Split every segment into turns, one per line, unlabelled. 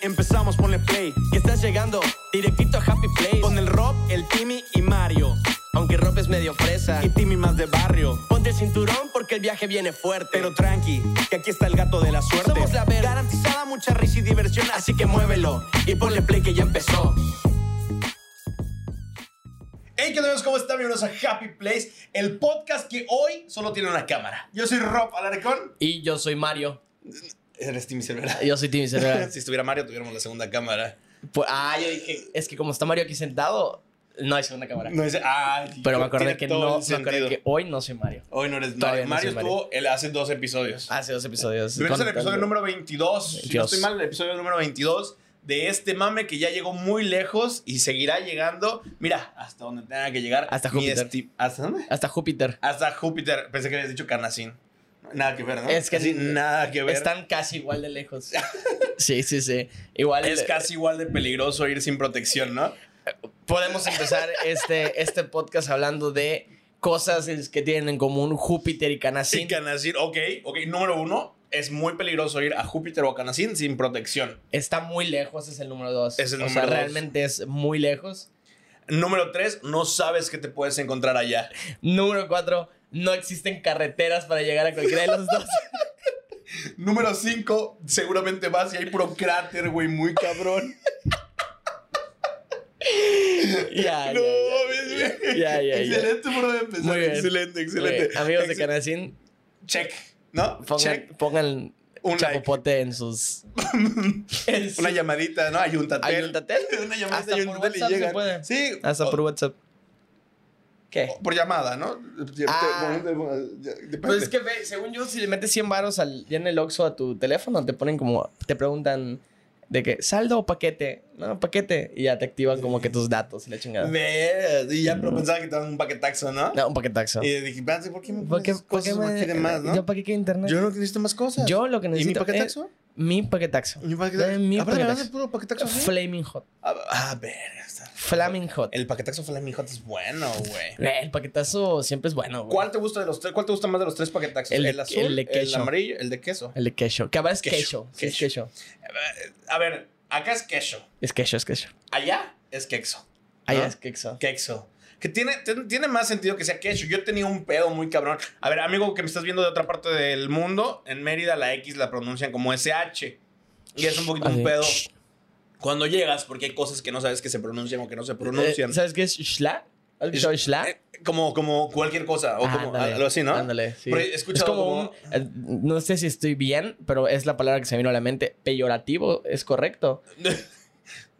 empezamos, ponle play. Y estás llegando directito a Happy Place. Con el Rob, el Timmy y Mario.
Aunque Rob es medio fresa.
Y Timmy más de barrio.
Ponte el cinturón porque el viaje viene fuerte.
Pero tranqui, que aquí está el gato de la suerte.
Somos la ver.
Garantizada mucha risa y diversión, así que muévelo. Y ponle play que ya empezó.
Hey, ¿qué tal ¿Cómo están? Bienvenidos a Happy Place, el podcast que hoy solo tiene una cámara. Yo soy Rob Alarcón.
Y yo soy Mario.
Eres Timmy Cervera.
Yo soy Timmy Cervera.
si estuviera Mario, tuviéramos la segunda cámara.
Pues, ah, yo dije, es que como está Mario aquí sentado, no hay segunda cámara.
No dice, ay,
Pero me acordé
tiene
que
todo
no,
el
me acordé
sentido.
que hoy no soy Mario.
Hoy no eres Mario.
Todavía no
Mario
soy
estuvo él hace dos episodios.
Hace dos episodios.
Tuvimos el
Contando.
episodio número 22. Si no
22.
estoy mal, el episodio número 22 de este mame que ya llegó muy lejos y seguirá llegando. Mira, hasta donde tenga que llegar.
Hasta
Mi
Júpiter.
esti- ¿Hasta dónde?
Hasta Júpiter.
Hasta Júpiter. Pensé que habías dicho Carnacín. Nada que ver, ¿no?
Es que
Así, nada que ver.
Están casi igual de lejos. Sí, sí, sí. Igual
Es casi igual de peligroso ir sin protección, ¿no?
podemos empezar este, este podcast hablando de cosas que tienen en común Júpiter y Canacín.
Sin Canacín. Ok, ok. Número uno, es muy peligroso ir a Júpiter o a Canacín sin protección.
Está muy lejos, es el número dos.
Es el
o
número
sea,
dos.
realmente es muy lejos.
Número tres, no sabes qué te puedes encontrar allá.
Número cuatro, no existen carreteras para llegar a cualquiera de los dos.
Número cinco, seguramente vas y hay puro cráter, güey, muy cabrón.
ya, ya,
no,
ya.
ves, güey.
Ya, ya, ya.
Excelente, bro, de empezar.
Muy bien.
Excelente,
Muy bien,
excelente.
Amigos de
Excel-
Canacín,
Check, ¿no?
pongan,
Check.
pongan
Un
chapopote en sus. en sus-
Una llamadita, ¿no? Ayúntate.
Ayúntate.
Una llamadita
Hasta por
ayúntate
WhatsApp
y
se
llegan.
puede.
Sí.
Hasta
o-
por WhatsApp. ¿Qué?
Por llamada, ¿no?
Ah.
Depende.
Pues es que, ve, según yo, si le metes 100 varos al, ya en el Oxxo a tu teléfono, te ponen como, te preguntan de que, ¿saldo o paquete? No, paquete. Y ya te activan como que tus datos y la chingada.
Ver, y ya pero pensaba que te daban un paquetaxo, Mm. ¿no?
No, un paquetaxo.
Y dije, "Espérate, ¿por qué me
¿Por qué,
pones
por qué
cosas
me- eh,
aquí de más, no?
¿Yo para qué quiero internet?
Yo no necesito más cosas.
Yo lo que
¿Y mi
necesito eh,
paquetaxo?
Mi paquetaxo.
¿Y mi paquetaxo?
Dame mi
Ah, pero me vas a
paquetaxo.
puro paquetaxo Ah, así?
Flaming hot.
A a ver, está.
Flaming hot. El,
El paquetaxo Flaming Hot es bueno, güey.
el paquetazo siempre es bueno, güey.
¿Cuál te gusta de los tres? ¿Cuál te gusta más de los tres paquetaxos?
El
El,
de-
azul,
el
el,
de queso.
amarillo, el de queso.
El de queso. Que ahora es
Queso,
queso. Sí, es queso.
A ver, acá es queso.
Es queso, es queso.
Allá es quexo.
Ahí
Ah.
es queso.
Quexo. Que tiene, ten- tiene más sentido que sea quechua. Yo tenía un pedo muy cabrón. A ver, amigo que me estás viendo de otra parte del mundo, en Mérida la X la pronuncian como SH. Y es un poquito
Así.
un pedo cuando llegas, porque hay cosas que no sabes que se pronuncian o que no se pronuncian.
Eh, ¿Sabes qué es schla? ¿Has escuchado schla?
Eh, como, como cualquier cosa, o
Ah,
como
ándale,
algo así, ¿no?
Ándale, sí.
Pero he escuchado
es como, un, eh, no sé si estoy bien, pero es la palabra que se me vino a la mente. Peyorativo, es correcto.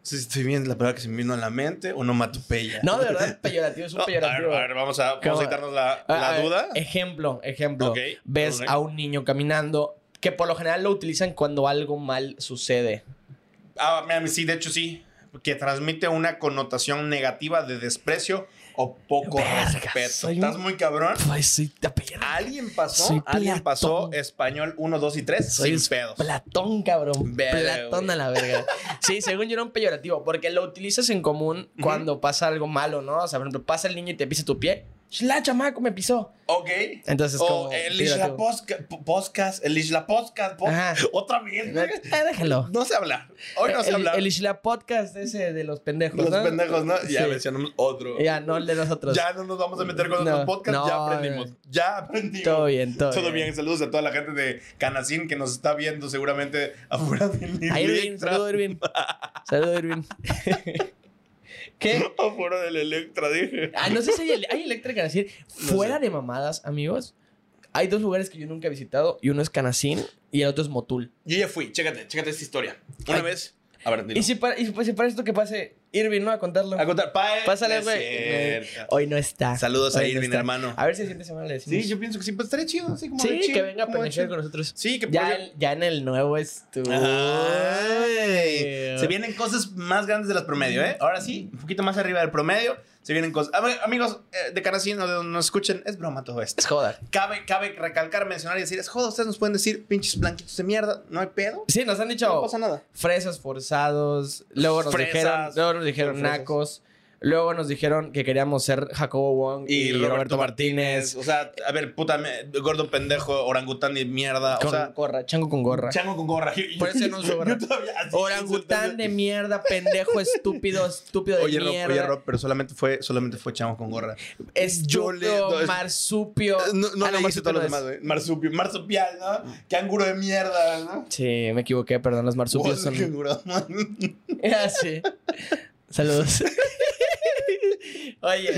Si estoy bien, la palabra que se me vino a la mente, o no matopeya.
No, de verdad, peyorativo es un
No, a ver,
peyorativo.
a ver, vamos a, vamos a
¿Cómo?
quitarnos la,
Ah,
la
ah,
duda.
Ejemplo, ejemplo.
Ok,
Ves
ok.
a un niño caminando, que por lo general lo utilizan cuando algo mal sucede.
Ah, mira, sí, de hecho sí. Que transmite una connotación negativa de desprecio o poco
Verga,
respeto.
soy un-
¿Estás muy cabrón?
Ay, soy de peyor-
Alguien pasó,
Soy
alguien
Platón.
pasó español 1, 2 y 3
Soy
sin pedos.
Platón, cabrón.
Verga,
Platón
güey.
a la verga. Sí, según yo era un peyorativo, porque lo utilizas en común
Ujú.
cuando pasa algo malo, ¿no? O sea, por ejemplo, pasa el niño y te pisa tu pie. La chamaco me pisó.
ok.
Entonces,
O
como.
el
peyorativo.
Isla Posca- po- Podcast, el Isla Podcast, po-
Ajá.
otra vez.
No,
güey.
eh, déjalo.
No sé hablar. Hoy no sé
el,
hablar.
el Isla Podcast ese de los pendejos.
Los
¿no?
pendejos, ¿no? Ya
Sí.
mencionamos otro.
Ya, no el de nosotros.
Ya no nos vamos a meter con
No,
otros podcasts. ya
no,
aprendimos.
no.
Ya aprendimos.
Todo bien, todo,
Todo bien, saludos a toda la gente de Canacín que nos está viendo seguramente afuera del
A Irving,
Electra.
saludo Irving. Saludo Irving. ¿Qué?
Afuera del Electra, dije.
Ah, no sé si hay, ele- hay Electra Canacín. Fuera de mamadas, amigos, hay dos lugares que yo nunca he visitado y uno es Canacín y el otro es Motul.
Yo ya fui, chécate, chécate esta historia. Una
Ay.
vez. A ver, dilo.
Y si para, y pues, si para esto que pase Irving, ¿no? A contarlo.
A contar, pa-
Pásale,
no es
güey.
cierto.
Hoy no está.
Saludos a
Hoy no
Irving,
está.
hermano.
A ver si la siguiente semana le decimos.
Sí, yo pienso que sí, pues estaría chido, así como de
Sí,
chill,
que venga a
como de
pendejear
chill.
con nosotros.
Sí, que
Ya,
por-
en- ya en el nuevo estudio.
Ay, se vienen cosas más grandes de las promedio, ¿eh? Ahora sí, un poquito más arriba del promedio, se vienen cosas. A ver, amigos eh, de Canacín, no, no escuchen, es broma todo esto.
Es joda.
Cabe, cabe recalcar, mencionar y decir, es joda, ustedes nos pueden decir pinches blanquitos de mierda, no hay pedo.
Sí, nos han dicho
No pasa nada.
fresas forzados. Luego nos
Fresas,
dijeron, luego nos dijeron
fresas.
nacos. Luego nos dijeron que queríamos ser Jacobo Wong y, Roberto, Martínez.
O sea, a ver, puta, me- gordo pendejo, orangután de mierda.
Con
o sea,
gorra, chango con gorra.
chango con gorra.
Por eso no uso gorra.
Yo todavía así
Orangután
insultando.
de mierda, pendejo, estúpido, estúpido de
Oye, Rob,
mierda.
oye, Rob, pero solamente fue, solamente fue chango con gorra.
estúpido,
yo le- no, es-
marsupio.
Eh, No, no
Ah,
le hice
marsupio
todos los
no es.
demás, güey. Marsupio, marsupial, ¿no? Canguro de mierda, ¿no?
Sí, me equivoqué, perdón, los marsupios
Oh,
son...
canguro.
Ah, sí. Saludos. Oye,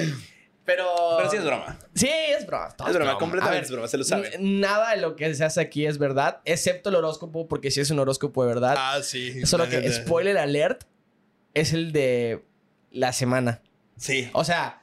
pero...
Pero sí es broma.
Sí, es broma. todo
Es broma,
A
completamente
ver,
es broma, se lo saben.
n- Nada de lo que se hace aquí es verdad, excepto el horóscopo, porque sí es un horóscopo de verdad.
Ah, sí.
Solo
la
que
neta.
spoiler alert es el de la semana.
Sí.
O sea,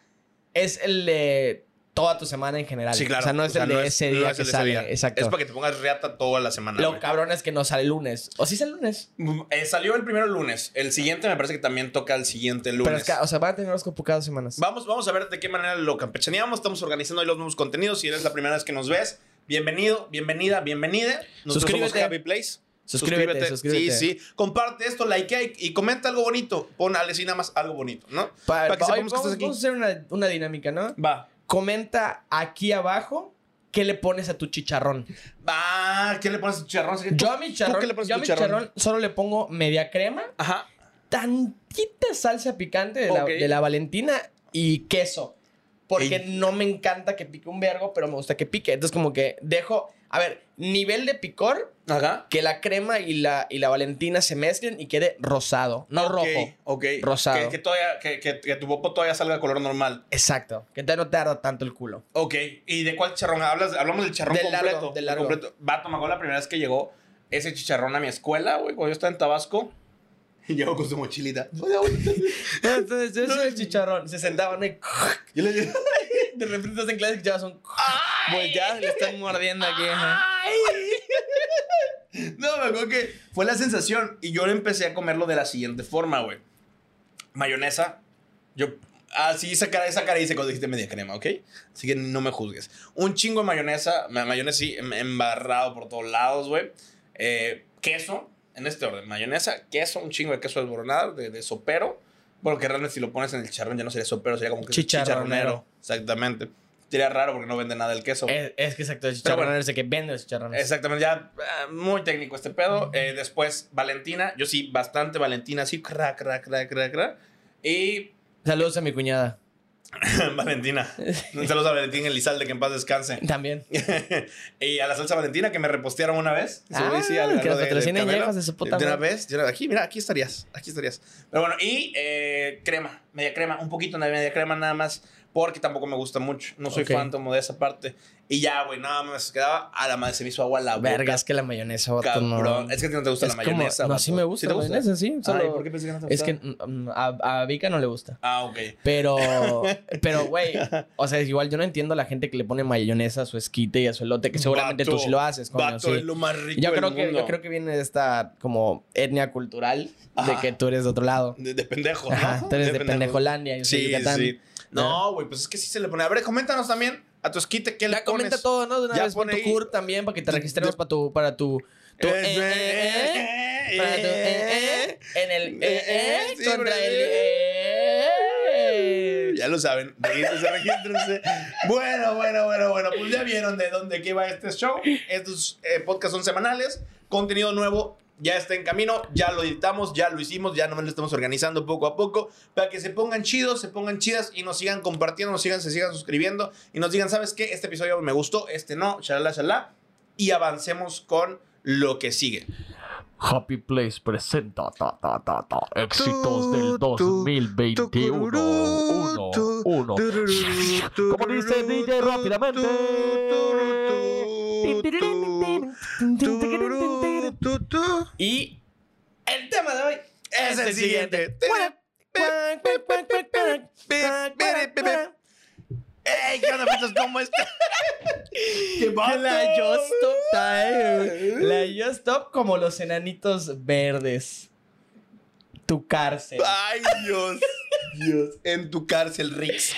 es el de toda tu semana en general.
Sí, claro.
O sea, no
O
es
sea,
el de ese día
no es
que
el de ese
sale.
día.
Exacto.
Es para que te pongas reata toda la semana.
Lo
güey.
cabrón es que no sale el lunes. O sí sale el lunes.
Eh, salió el primero lunes. El siguiente me parece que también toca el siguiente lunes.
Pero es que, o sea, van a tener horóscopo cada dos semanas.
Vamos, vamos a ver de qué manera lo campechaneamos. Estamos organizando hoy los nuevos contenidos. Si eres la primera vez que nos ves, bienvenido, bienvenida, bienvenida. Nosotros
Suscríbete.
somos Happy Place.
Suscríbete, suscríbete.
Sí, sí. Comparte esto, likea y, y comenta algo bonito. Pon Alex y nada más algo bonito, ¿no?
Pa-
Para que
pa-
sepamos que
vamos,
estás aquí.
vamos a hacer una, una dinámica, ¿no?
Va.
Comenta aquí abajo qué le pones a tu chicharrón.
Va. ¿Qué le pones a tu charrón?
Yo a mi chicharrón,
qué le pones a
yo a
tu
mi
chicharrón?
chicharrón solo le pongo media crema,
Ajá.
tantita salsa picante de,
Ok.
la, de la Valentina y queso. Porque
Ey.
no me encanta que pique un vergo, pero me gusta que pique. Entonces, como que dejo. A ver, nivel de picor
Ajá.
que la crema y la, y la Valentina se mezclen y quede rosado, no rojo.
Ok.
Rosado.
Que, que todavía, que, que- que tu popo todavía salga color normal.
Exacto. Que te no te arda tanto el culo.
Ok, ¿y de cuál chicharrón? Hablas, hablamos del chicharrón
Del largo,
completo.
del largo.
completo. Vato, me acuerdo la primera vez que llegó ese chicharrón a mi escuela, güey, cuando yo estaba en Tabasco. Y llegó con su mochilita. Hola, abuelita.
Ah, Entonces, yo soy el chicharrón. Se sentaban y
Yo le dije,
de repente estás en clase y escuchabas un volteadas y le están mordiendo aquí. ajá.
no, me acuerdo que fue la sensación. Y yo empecé a comerlo de la siguiente forma, güey. Mayonesa. Yo, así esa cara, esa cara hice cuando dijiste media crema, ¿ok? Así que no me juzgues. Un chingo de mayonesa. ma- Mayonesa sí, em- embarrado por todos lados, güey. Eh, queso, en este orden. Mayonesa, queso, un chingo de queso desboronado, de, de sopero. Bueno, que realmente si lo pones en el chicharrón ya no sería sopero, sería como que
Chicharronero.
Exactamente. Sería raro porque no vende nada el queso.
Es, es que exacto, el chicharrón
bueno.
es el que vende los chicharrones.
Exactamente, ya eh, muy técnico este pedo. Eh, después, Valentina, yo sí, bastante Valentina, así, cra, cra, cra, cra, cra. Y
Saludos a mi cuñada.
Valentina, un saludo a Valentín Elizalde, que en paz descanse.
También.
y a la salsa Valentina que me repostearon una vez. Se lo
Ah,
hice al- al
que
lado de-
nos
del
patrocinen,
Canelo.
hijos de su puta
De una
madre.
vez, yo era, aquí, mira, aquí estarías, aquí estarías. Pero bueno, y eh, crema, media crema, un poquito de media crema nada más, porque tampoco me gusta mucho. No soy
Ok.
fan como de esa parte. Y ya, güey, nada más quedaba a la madre, se me hizo agua la boca.
Verga, es que la mayonesa, vato, no.
Cabrón, es que a ti no te gusta
Es
la
como-
mayonesa.
no,
vato.
sí me gusta
te
la mayonesa, sí. Solo,
Ay, ¿por qué pensé que no te
es que
gustaba?
mm, mm, a, a Vika no le gusta.
Ah, ok.
Pero, pero, güey, o sea, igual yo no entiendo a la gente que le pone mayonesa a su esquite y a su elote, que seguramente tú
Vato,
sí lo haces, coño,
vato,
sí.
es lo más rico
Yo creo,
del
que,
mundo.
yo creo que viene de esta como etnia cultural
Ajá.
de que tú eres de otro lado.
De, de pendejo, ¿no?
Ajá, tú eres de, Pendejolandia, yo soy de
Sí,
Yucatán.
sí. No, güey, pues es que sí se le pone. A ver, coméntanos también a tu esquite qué le
Ya comenta
pones.
todo, ¿no? De una
Ya
vez pon
pone
tu
ahí.
CUR también para que te
Tu-
registremos
tu-
para tu... Para tu, tu
Eh,
eh, eh, eh,
eh,
para tu eh, eh, en el eh,
eh,
eh,
sí,
contra
pero-
el eh.
Ya lo saben, regístrense, regístrense. Bueno, bueno, bueno, bueno, pues ya vieron de dónde que va este show. Estos eh, podcasts son semanales, contenido nuevo ya está en camino, ya lo editamos, ya lo hicimos, ya nomás lo estamos organizando poco a poco para que se pongan chidos, se pongan chidas y nos sigan compartiendo, nos sigan, se sigan suscribiendo y nos digan, ¿sabes qué? Este episodio me gustó, este no, shalala, shalala. Y avancemos con lo que sigue.
Happy Place presenta ta, ta, ta, ta, éxitos del 2021. Uno, uno. Como dice DJ rápidamente.
Y el tema de hoy
Es el siguiente. ¡Ey! ¿Qué onda, putos? ¿Cómo están? ¡Qué
La Yo Stop Time. La Yo Stop como los enanitos verdes. Tu cárcel.
¡Ay, Dios! Dios. En tu cárcel, Rix.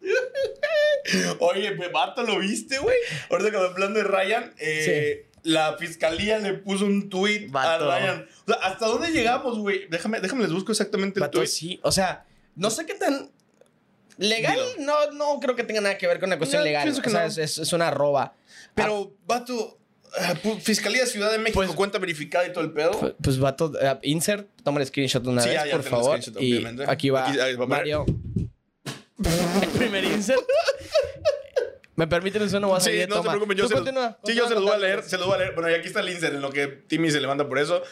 Oye, pues, vato, ¿lo viste, güey? Ahorita que me hablando de Ryan, eh, la fiscalía le puso un tweet
Vato.
a Ryan. O sea, ¿hasta dónde llegamos, güey? Déjame, déjame les busco exactamente el
Vato,
tweet.
sí. O sea, No sé qué tan. Legal,
Dilo.
no, no creo que tenga nada que ver con una cuestión
No,
legal.
pienso que
O sea,
no.
es, es- es una arroba.
Pero, vato, ah, pu- Fiscalía Ciudad de México,
ah. Pues-
cuenta verificada y todo el pedo.
Pues, Pues vato, eh, insert, toma el screenshot de una
Sí,
vez,
ya, ya
por
tengo el
favor.
screenshot,
Y
obviamente.
aquí va,
Aquí, ahí va,
Mario. el primer insert. ¿Me permiten eso? No voy a
Sí,
salir de
no se
toma.
preocupen, yo
Tú
se, los-
continúa,
sí, yo
continúa
se los voy a
contando.
leer, se los voy a leer. Bueno, y aquí está el insert en lo que Timmy se levanta por eso.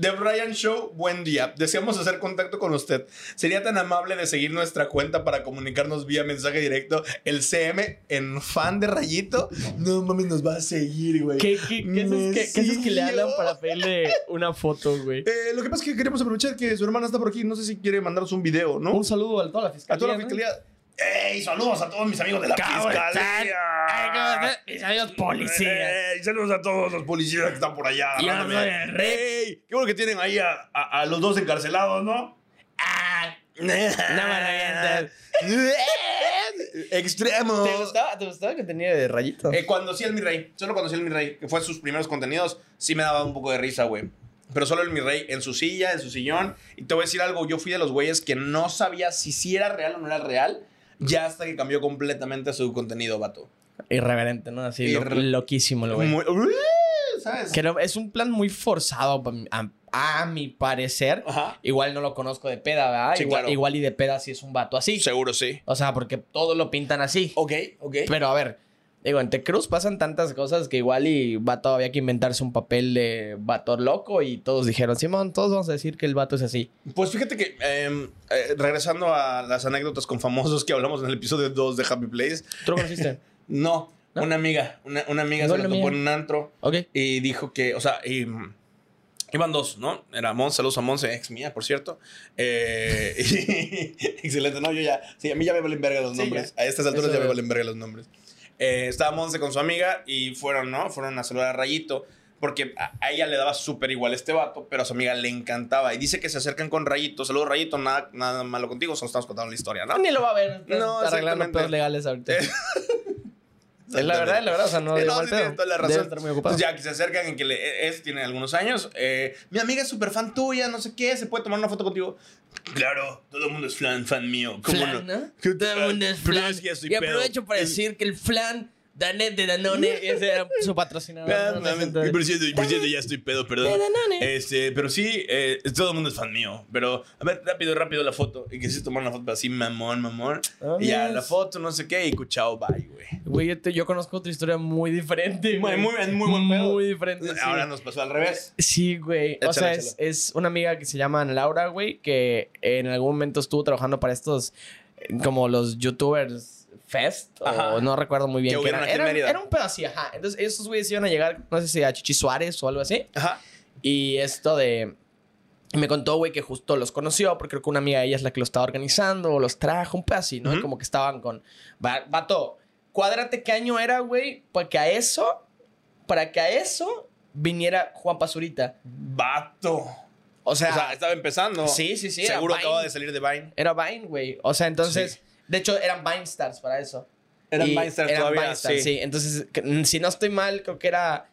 The Brian Show, buen día. Deseamos hacer contacto con usted. ¿Sería tan amable de seguir nuestra cuenta para comunicarnos vía mensaje directo? El CM en fan de rayito. No mames, nos va a seguir, güey.
¿Qué, qué, qué es,
Me
que, qué haces que le hablan
siguió.
para pedirle una foto, güey?
Eh, lo que pasa es que queremos aprovechar que su hermana está por aquí. No sé si quiere mandarnos un video, ¿no?
Un saludo a toda la fiscalía.
a toda la
¿no?
fiscalía. ¡Ey! Saludos a todos mis amigos de la fiscalía.
Mis amigos policías.
Ah, Eh, y saludos a todos los policías que están por allá.
Yo
agarrándome.
soy el rey.
Ey, qué bueno que tienen ahí a, a- a los dos encarcelados, ¿no?
Ah,
No
no me revientes.
Extremos.
¿Te gustaba, ¿Te gustaba que tenía de rayito?
Ah, Eh, cuando sí el Mi Rey, solo cuando sí el Mi Rey, que fue sus primeros contenidos, sí me daba un poco de risa, güey. Pero solo el Mi Rey en su silla, en su sillón. Y te voy a decir algo, yo fui de los güeyes que no sabía si sí era real o no era real, ya hasta que cambió completamente su contenido, vato.
Irreverente, ¿no? Así, lo-
Irre-
loquísimo, lo güey.
Muy- ¡Uy! ¿Sabes?
Que no- es un plan muy forzado pa mi- a, a mi parecer.
Ajá.
Igual no lo conozco de peda, ¿verdad?
Sí,
igual,
claro.
igual y de peda sí es un vato así.
Seguro sí.
O sea, porque todo lo pintan así.
Ok, ok.
Pero a ver, digo, en Tecruz pasan tantas cosas que igual y vato había que inventarse un papel de vato loco y todos dijeron, Simón, todos vamos a decir que el vato es así.
Pues fíjate que, eh, eh, regresando a las anécdotas con famosos que hablamos en el episodio 2 de Happy Place,
¿Tú lo conociste?
no,
¿No?
una amiga, una, una amiga
Igual
se lo
la
topó
mía.
en un antro.
ok.
Y dijo que, o sea, y, mm, iban dos, ¿no? Era Monse, saludos a Monse, ex mía, por cierto. Eh, y- excelente, no, yo ya, sí, a mí ya me valen verga los
Sí,
nombres. A estas alturas
Eso
ya me
veo.
valen verga los nombres. Eh, estaba Monse con su amiga y fueron, ¿no? Fueron a saludar a Rayito. Porque a a ella le daba súper igual este vato, pero a su amiga le encantaba. Y dice que se acercan con Rayito. Saludos, Rayito. Nada, nada malo contigo. Solo estamos contando la historia, ¿no?
Ni lo va a ver. está-
No,
está arreglando
exactamente.
pedos legales ahorita. Es la verdad, es la verdad. O sea, no,
Eh,
digo
no,
al
sí,
pedo.
tienes toda la razón.
Debe estar muy ocupado.
Entonces Pues ya que se acercan en que le, es, tiene algunos años. eh, mi amiga es súper fan tuya, no sé qué, se puede tomar una foto contigo. Claro, todo el mundo es fan, fan mío. ¿cómo
flan,
no?
¿no? Todo el mundo es
Pero
flan.
es que estoy
y
pedo.
aprovecho para
Es-
decir que el flan Danette de Danone ese era su patrocinador.
Ah,
¿no?
mames,
Entonces,
y por cierto, y por cierto, ya estoy pedo, perdón. Este, pero sí, eh, todo el mundo es fan mío. Pero, a ver, rápido, rápido la foto. Y que se tomaron la foto pero así, mamón, mamón.
Ah,
y ya,
yes.
la foto, no sé qué, y cuchao, bye, güey.
Güey, yo, te- yo conozco otra historia muy diferente.
Muy,
güey.
muy, muy buen pedo.
Muy diferente. sí.
Ahora nos pasó al revés.
Sí, güey. O
Échale,
sea,
échale.
es, es una amiga que se llama Ana Laura, güey, que en algún momento estuvo trabajando para estos, eh, como los YouTubers Fest,
Ajá.
o no recuerdo muy bien
Que
qué
hubieron
era.
aquí en
Era-
Mérida.
era un pedo así, ajá. Entonces, esos güeyes iban a llegar, no sé si a Chichi Suárez o algo así.
Ajá.
Y esto de. y Me contó, güey, que justo los conoció, porque creo que una amiga de ella es la que lo estaba organizando, o los trajo, un pedo así, ¿no?
Ujú.
Como que estaban con. "Va- Vato, cuádrate qué año era, güey, para que a eso. Para que a eso viniera Juan Pazurita.
Vato.
O sea.
O sea, estaba empezando.
sí, sí, sí.
Seguro
era
acaba de
Vine.
salir de Vine.
Era Vine, güey. O sea, entonces.
Sí.
De hecho, eran Vine Stars para eso.
Eran
Y
Vine Stars
eran
todavía,
Vine Stars,
sí.
Entonces, que- mm, si no estoy mal, creo que era.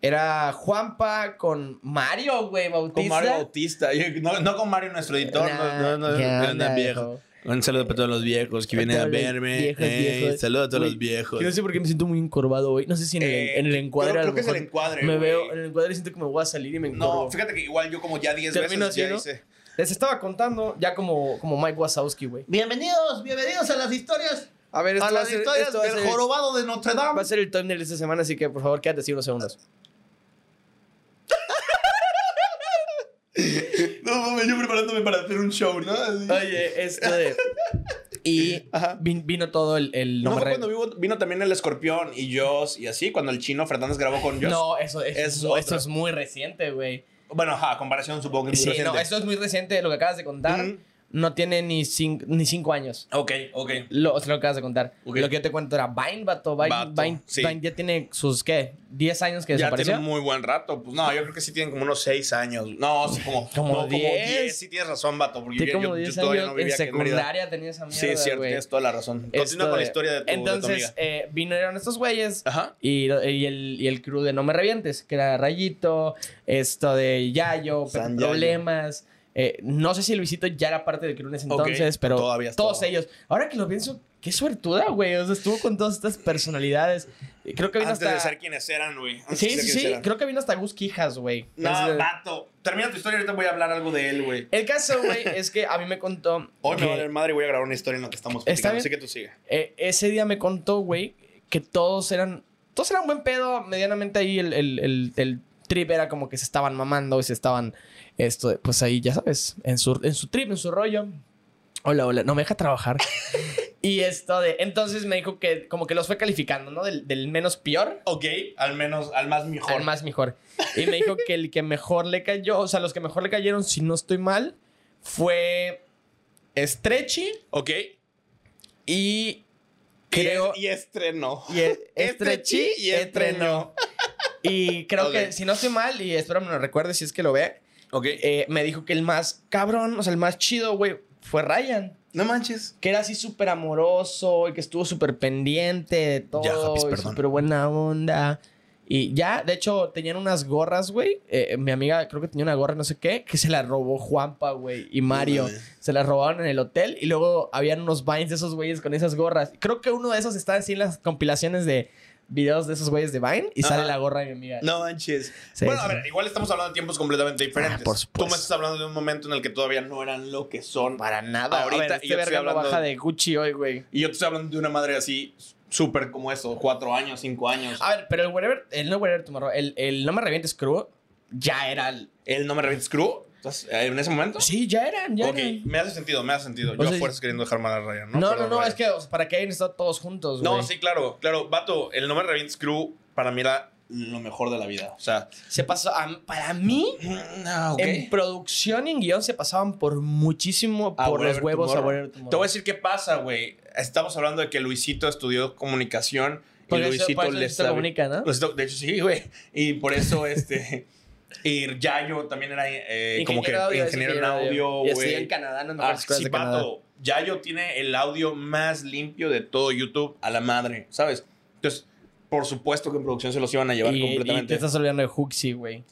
Era Juanpa con Mario, güey, Bautista.
Con Mario Bautista. Yo- No, no con Mario, nuestro editor. no, no, no,
¿qué
no,
onda,
no, viejo.
hijo?
Un saludo para todos los viejos que
Para
vienen a
todos los
verme.
viejos,
Ey,
viejos.
Saludos a todos
Güey,
los viejos.
Yo no sé por qué me siento muy encorvado hoy. No sé si en, el-
Eh,
en el, encuadre.
creo-
a lo
creo que es el
mejor
encuadre,
Me
güey.
veo en el encuadre y siento que me voy a salir y me encorvo.
No, fíjate que igual yo como ya 10 veces
Termino así,
ya
¿no?
hice.
Les estaba contando ya como, como Mike Wazowski, güey.
Bienvenidos, bienvenidos a las historias.
A ver,
A
va a
las
ser,
historias
esto va a
del
ser-
jorobado de Notre
va
Dame.
a ser el thumbnail esta semana, así que por favor quédate así unos segundos.
No, mames, yo preparándome para hacer un show, ¿no? Así.
Oye, esto de... Y
Ajá.
vin- vino todo el... el
no
me
fue
re-
cuando vivo- vino también el escorpión y Joss y así, cuando el chino Fernández grabó con Joss.
No, eso, eso,
Es
es, mu- eso
otra.
es muy reciente, güey.
Bueno, ajá, comparación supongo que es
Sí,
muy
no,
reciente.
eso es muy reciente, lo que acabas de contar.
Ujú.
No tiene ni, cin- ni cinco años.
Ok, ok.
Lo, o sea, lo acabas de contar.
Ok.
Lo que yo te cuento era Vine, vato. Vine,
Vato,
Vine,
sí.
Vine ya tiene sus, ¿qué? 10 años que
Ya
desapareció.
tiene un muy buen rato. Pues no, yo creo que sí tienen como unos 6 años. No, sí, como,
Como
no, como
10.
10. Sí, tienes razón, vato. Porque
Tiene
yo,
como
yo- yo
10
todavía
años.
no
en
vivía aquí en Mérida.
secundaria tenía esa mierda,
Sí, es cierto,
güey.
tienes toda la razón.
Esto
Continúa con
de-
la historia de tu, de tu
Entonces,
amiga.
eh, vinieron estos güeyes
Ajá.
y, y el, y el crew de No Me Revientes, que era Rayito, esto de Yayo,
San
Pe- Problemas, Eh, no sé si Luisito ya era parte del Crunes
Ok,
entonces, pero
todavía
todos
estaba.
ellos. Ahora que lo pienso, qué suertuda, güey. O sea, estuvo con todas estas personalidades. Eh, Creo que vino
Antes
hasta.
de ser quienes eran, güey. Antes
Sí,
de ser
sí,
quienes
sí.
eran.
Creo que vino hasta Gus Quijas, güey.
No,
Es-
vato. Termina tu historia ahorita voy a hablar algo de él, güey.
El caso, güey, es que a mí me contó.
Hoy me
que,
vale madre y voy a grabar una historia en la que estamos
Está
platicando.
bien.
Así que tú sigue.
eh, ese día me contó, güey, que todos eran. Todos eran buen pedo. Medianamente ahí el, el, el- el trip era como que se estaban mamando y se estaban. Esto, pues ahí, ya sabes, en su, en su trip, en su rollo. Hola, hola, no me deja trabajar. y esto de. Entonces me dijo que como que los fue calificando, ¿no? Del, del menos peor.
Ok, al menos, al más mejor.
Al más mejor. Y me dijo que el que mejor le cayó, o sea, los que mejor le cayeron, si no estoy mal, fue Stretchy
Ok.
y creo
Y, y estrenó. Este
y e- Estrechi
Estrechi
y Estreno. Y creo
Ok.
que, si no estoy mal, y espero me lo recuerde si es que lo ve,
Ok.
eh, me dijo que el más cabrón, o sea, el más chido, güey, fue Ryan.
no manches.
Que era así súper amoroso y que estuvo súper pendiente de todo.
Ya, Japis,
y
perdón.
súper buena onda. Y ya, de hecho, tenían unas gorras, güey. Eh, mi amiga creo que tenía una gorra, no sé qué, que se la robó Juanpa, güey, y Mario.
mames.
se las robaron en el hotel y luego habían unos vines de esos güeyes con esas gorras. Creo que uno de esos está así en las compilaciones de videos de esos güeyes de Vine y
Ajá.
sale la gorra de mi amiga.
No manches.
Sí,
bueno, a
sí.
ver, igual estamos hablando de tiempos completamente diferentes.
Ah, por
Tú
supuesto.
me estás hablando de un momento en el que todavía no eran lo que son.
Para nada.
Ahorita,
Ahorita
y
este
yo estoy
verga no
hablando-
baja de Gucci hoy, güey.
Y yo te estoy hablando de una madre así, súper como eso, cuatro años, cinco años.
A ver, pero el whatever, el no whatever tomorrow, el, el no me revientes crew, ya era el-
Él no me revientes crew. Entonces, eh, en ese momento.
Sí, ya eran, ya
ok,
eran.
me hace sentido, me hace sentido.
O
Yo a
sea,
fuerzas queriendo dejar mal a Ryan, ¿no?
No, no, no,
Perdón, Ryan.
es que o sea, para que hayan estado todos juntos, güey.
No, sí, claro, claro. Vato, el nombre Revientes Crew para mí era lo mejor de la vida. O sea,
Se pasó, a- para mí,
no,
en producción y en guión se pasaban por muchísimo,
A
por los
Whatever
huevos a
Tomorrow.
Whatever
Te voy a
Tomorrow.
decir qué pasa, güey. Estamos hablando de que Luisito estudió comunicación y
Por eso-
Luisito
por eso
le
Luisito
sabe- Pues,
comunica, ¿no?
Luisito- de hecho, sí, güey. Y por eso, este... Y Yayo también era eh, como que
de
ingeniero en audio,
Y estudió en
güey.
Canadá, no me
Ah,
acuerdo si
sí,
escuelas de Canadá.
vato. Yayo tiene el audio más limpio de todo YouTube a la madre, ¿sabes? Entonces, por supuesto que en producción se los iban a llevar
Y, y te
completamente.
estás olvidando de Huxi, güey.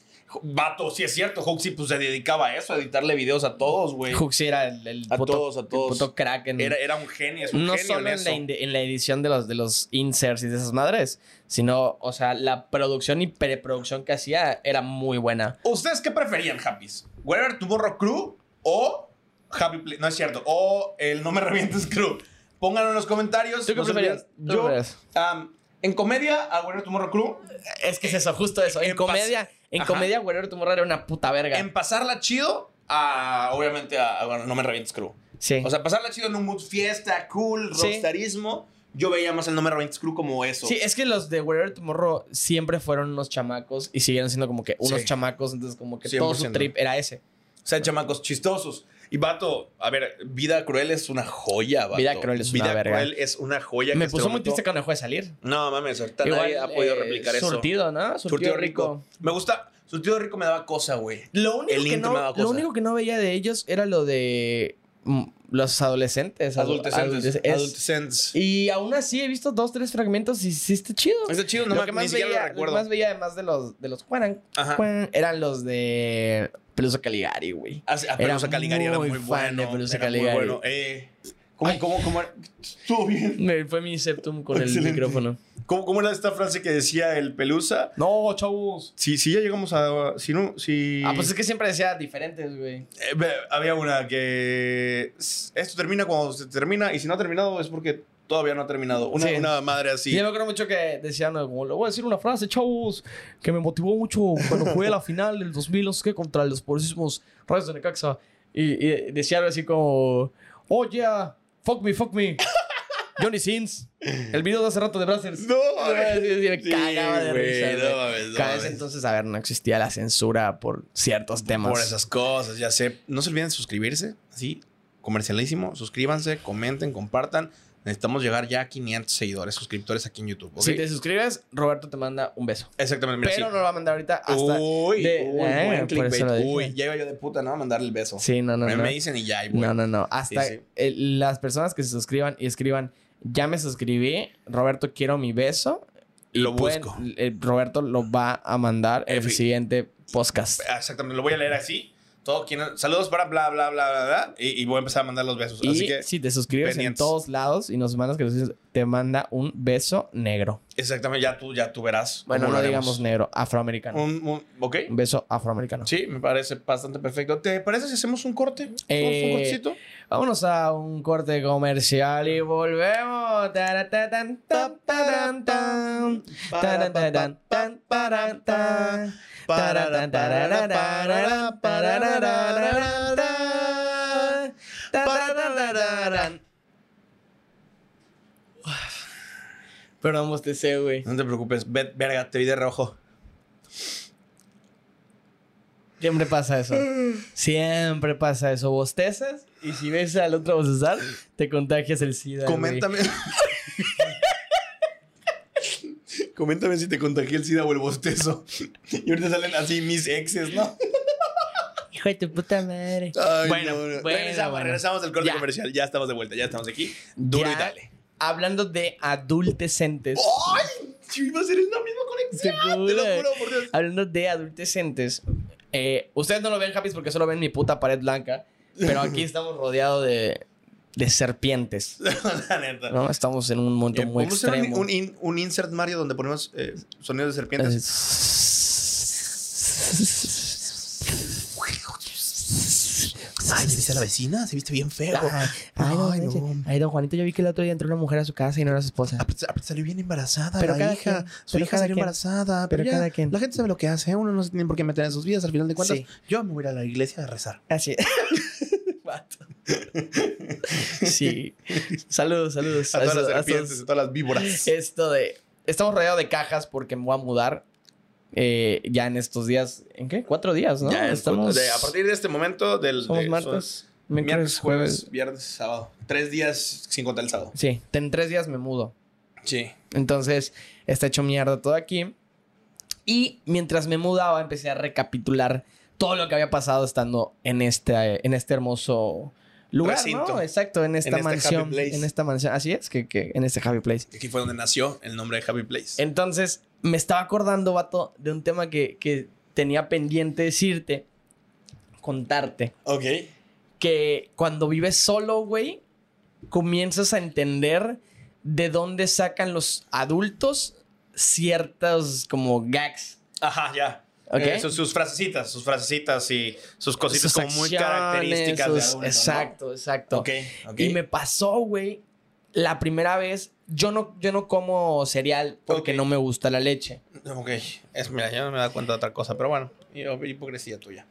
Vato, sí es cierto, Hoxie pues se dedicaba a eso, a editarle videos a todos, güey.
Huxi era el, el
A todos, a todos.
el puto crack en...
Era, era un genio, es un
no
genio en
solo en,
eso.
la, inde- en la edición de los, de los inserts y de esas madres, sino, o sea, la producción y preproducción que hacía era muy buena.
¿Ustedes qué preferían, Happy's? ¿Wherever Tomorrow Crew o Happy Play? No es cierto. O el No Me Revientes Crew. Pónganlo en los comentarios.
¿Tú qué
No se
preferías?
olviden.
¿Tú
Yo,
preferías?
am, en comedia, a Wherever Tomorrow Crew.
Es que es eso, justo eso. En,
en pas-
comedia, en
Ajá.
comedia, Whatever Tomorrow era una puta verga.
En pasarla chido, a, obviamente, a, a No Me Revientes Crew.
sí.
O sea, pasarla chido en un mood fiesta, cool,
Sí.
rockstarismo. Yo veía más el No Me Revientes Crew como eso.
Sí, es que los de Wherever Tomorrow siempre fueron unos chamacos y siguieron siendo como que unos
Sí.
chamacos, entonces como que todo su
100%.
trip era ese.
O sea, chamacos chistosos. Y vato, a ver, Vida Cruel es una joya, vato.
Vida Cruel es una
Vida
verga.
Cruel es una joya. que este
Me
hasta el
puso muy
momento-
triste cuando dejó de salir.
No, mames, ahorita nadie ha
eh,
podido replicar eso.
Surtido, ¿no? Surtido,
Surtido
rico.
Me gusta. Surtido rico me daba cosa, güey.
Lo, único
El
que
Inter me daba
no,
cosa.
lo único que no veía de ellos era lo de mm, los adolescentes. adu-
Adultecentes.
adultes- es-
Adultecentes.
Y aún así he visto dos, tres fragmentos y sí está chido.
Está chido, no
lo
me-
que
ni
más
siquiera
veía,
lo
lo que
recuerdo.
más veía además de los de los Juanan,
Ajá.
Juan, eran los de Peluso Caligari, güey.
Ah, sí, ah, Pelusa
Era
Caligari era muy
muy fan de
bueno.
Pelusa
era muy
Caligari.
bueno. Eh, ¿cómo, cómo, cómo era? Estuvo bien.
Me fue mi septum con
Excelente.
el micrófono.
¿Cómo, ¿Cómo era esta frase que decía el Pelusa?
No, chavos.
Si, si ya llegamos a. Si no, si.
Ah, pues es que siempre decía diferentes, güey.
Eh, ve, había una que. s- Esto termina cuando se termina. Y si no ha terminado es porque todavía no ha terminado. Una,
Sí.
una madre así.
Sí. Yo me acuerdo mucho que decían, eh, como, le voy a decir una frase, chavos, que me motivó mucho cuando jugué la final del 2000, no sé qué, contra los pobrecísimos Rayos de Necaxa. Y, y decía algo así como, oh yeah, fuck me, fuck me. Johnny Sins, el video de hace rato de Brazzers.
No,
Sí, sí, me
Sí,
cagaba de
güey,
risa,
no
güey.
mames, no
Cada vez
mames.
entonces, a ver, no existía la censura por ciertos temas.
Por esas cosas, ya sé. No se olviden de suscribirse, así, comercialísimo. Suscríbanse, comenten, compartan. Necesitamos llegar ya a 500 seguidores, suscriptores aquí en YouTube. ¿ok?
Si te suscribes, Roberto te manda un beso.
Exactamente, mira,
Pero
sí.
no lo va a mandar ahorita hasta...
uy,
de-
uy,
eh,
buen
por
clickbait.
eso lo dije.
Uy, ya iba yo de puta, ¿no? A mandarle el beso.
Sí, no, no,
me,
no.
me dicen y ya, y
No,
bueno.
no, no. Hasta
Sí, sí.
eh, las personas que se suscriban y escriban, ya me suscribí, Roberto, quiero mi beso. y
Lo
pueden-
busco.
eh, Roberto lo va a mandar en el
Efi-
siguiente podcast.
Exactamente, lo voy a leer así. Todo quien- saludos para bla, bla, bla, bla, bla. Y, y voy a empezar a mandar los besos.
Y
Así que,
si te suscribes en
pendientes.
todos lados y nos mandas que nos dices, te manda un beso negro.
exactamente, ya tú, ya tú verás.
Bueno,
cómo
no
lo haremos.
digamos negro, afroamericano.
Un, un- ok.
Un beso afroamericano.
Sí, me parece bastante perfecto. ¿Te parece si hacemos un corte? ¿Hacemos
Eh,
un cortecito?
Vámonos a un corte comercial y volvemos. Taratatan, tan, taran, tan. Taratatan, tan, taran, tan. Taratatan, tararararán, tararararán, tan. Tararararán. Perdón, bostecé, güey.
No te preocupes, ve- verga, te vi de rojo.
Siempre pasa eso. Siempre pasa eso. Bostezas y si ves al otro bostezar, te contagias el SIDA. güey.
Coméntame. Coméntame si te contagié el SIDA o el bostezo. Y ahorita salen así mis exes, ¿no?
Hijo de tu puta madre.
Ay,
Bueno,
no, no.
bueno,
regresamos,
bueno.
regresamos del corte
Ya.
comercial. Ya estamos de vuelta, ya estamos aquí. Duro
Ya,
y dale.
Hablando de adultescentes.
¡Ay! Si iba a ser la misma conexión. Te lo juro, por Dios.
Hablando de adultescentes. eh, ustedes no lo ven, Happy, porque solo ven mi puta pared blanca. Pero aquí estamos rodeados de, de serpientes.
la neta.
¿no? Estamos en un monte
Eh,
muy
¿podemos hacer un-
extremo. Eh,
un, in- un insert Mario donde ponemos eh, sonidos de serpientes. Ay, ¿ya viste a la vecina? Se viste bien feo.
Ay, no,
Ay,
manches.
no.
Ay, don Juanito, yo vi que el otro día entró una mujer a su casa y no era su esposa.
Aparte- aparte Salió bien embarazada
Pero
la
cada
hija.
quien,
su
pero
hija
cada
salió
quien.
embarazada. Pero,
Pero
ya,
cada quien.
La gente sabe lo que hace. ¿eh? Uno no se tiene por qué meter en sus vidas. Al final de cuentas,
Sí.
yo me voy a ir a la iglesia a rezar.
Así. Ah, Vato. sí. Saludos, saludos.
A todas
Eso-
las
a
serpientes,
esos-
a todas las víboras.
Esto de. Estamos rodeados de cajas porque me voy a mudar eh, ya en estos días. ¿En qué? Cuatro días, ¿no?
Ya, pues,
estamos.
de- a partir de este momento, del
somos
de-
martes,
son miércoles,
miércoles,
jueves,
jueves.
viernes, sábado. Tres días sin contar el sábado.
Sí, en tres días me mudo.
Sí.
Entonces, está hecho mierda todo aquí. Y mientras me mudaba, empecé a recapitular todo lo que había pasado estando en este, en este hermoso lugar,
Recinto.
¿no? Exacto, en esta
En este happy
mansión.
place.
en esta mansión. Así es, que, que en este happy place.
Aquí fue donde nació el nombre de Happy Place.
Entonces, me estaba acordando, vato, de un tema que, que tenía pendiente decirte, contarte.
Ok.
Que cuando vives solo, güey, comienzas a entender de dónde sacan los adultos ciertas como gags.
Ajá, ya.
Ok.
Eh, sus, sus frasecitas, sus frasecitas y sus cositas
sus
como muy
acciones,
características de
sus-
adulto, ¿no?
Exacto, exacto.
Ok, ok.
Y me pasó, güey, la primera vez. Yo no, yo no como cereal porque
Ok.
no me gusta la leche.
Ok, es, mira, ya no me da cuenta de otra cosa, pero bueno, y- oh, hipocresía tuya.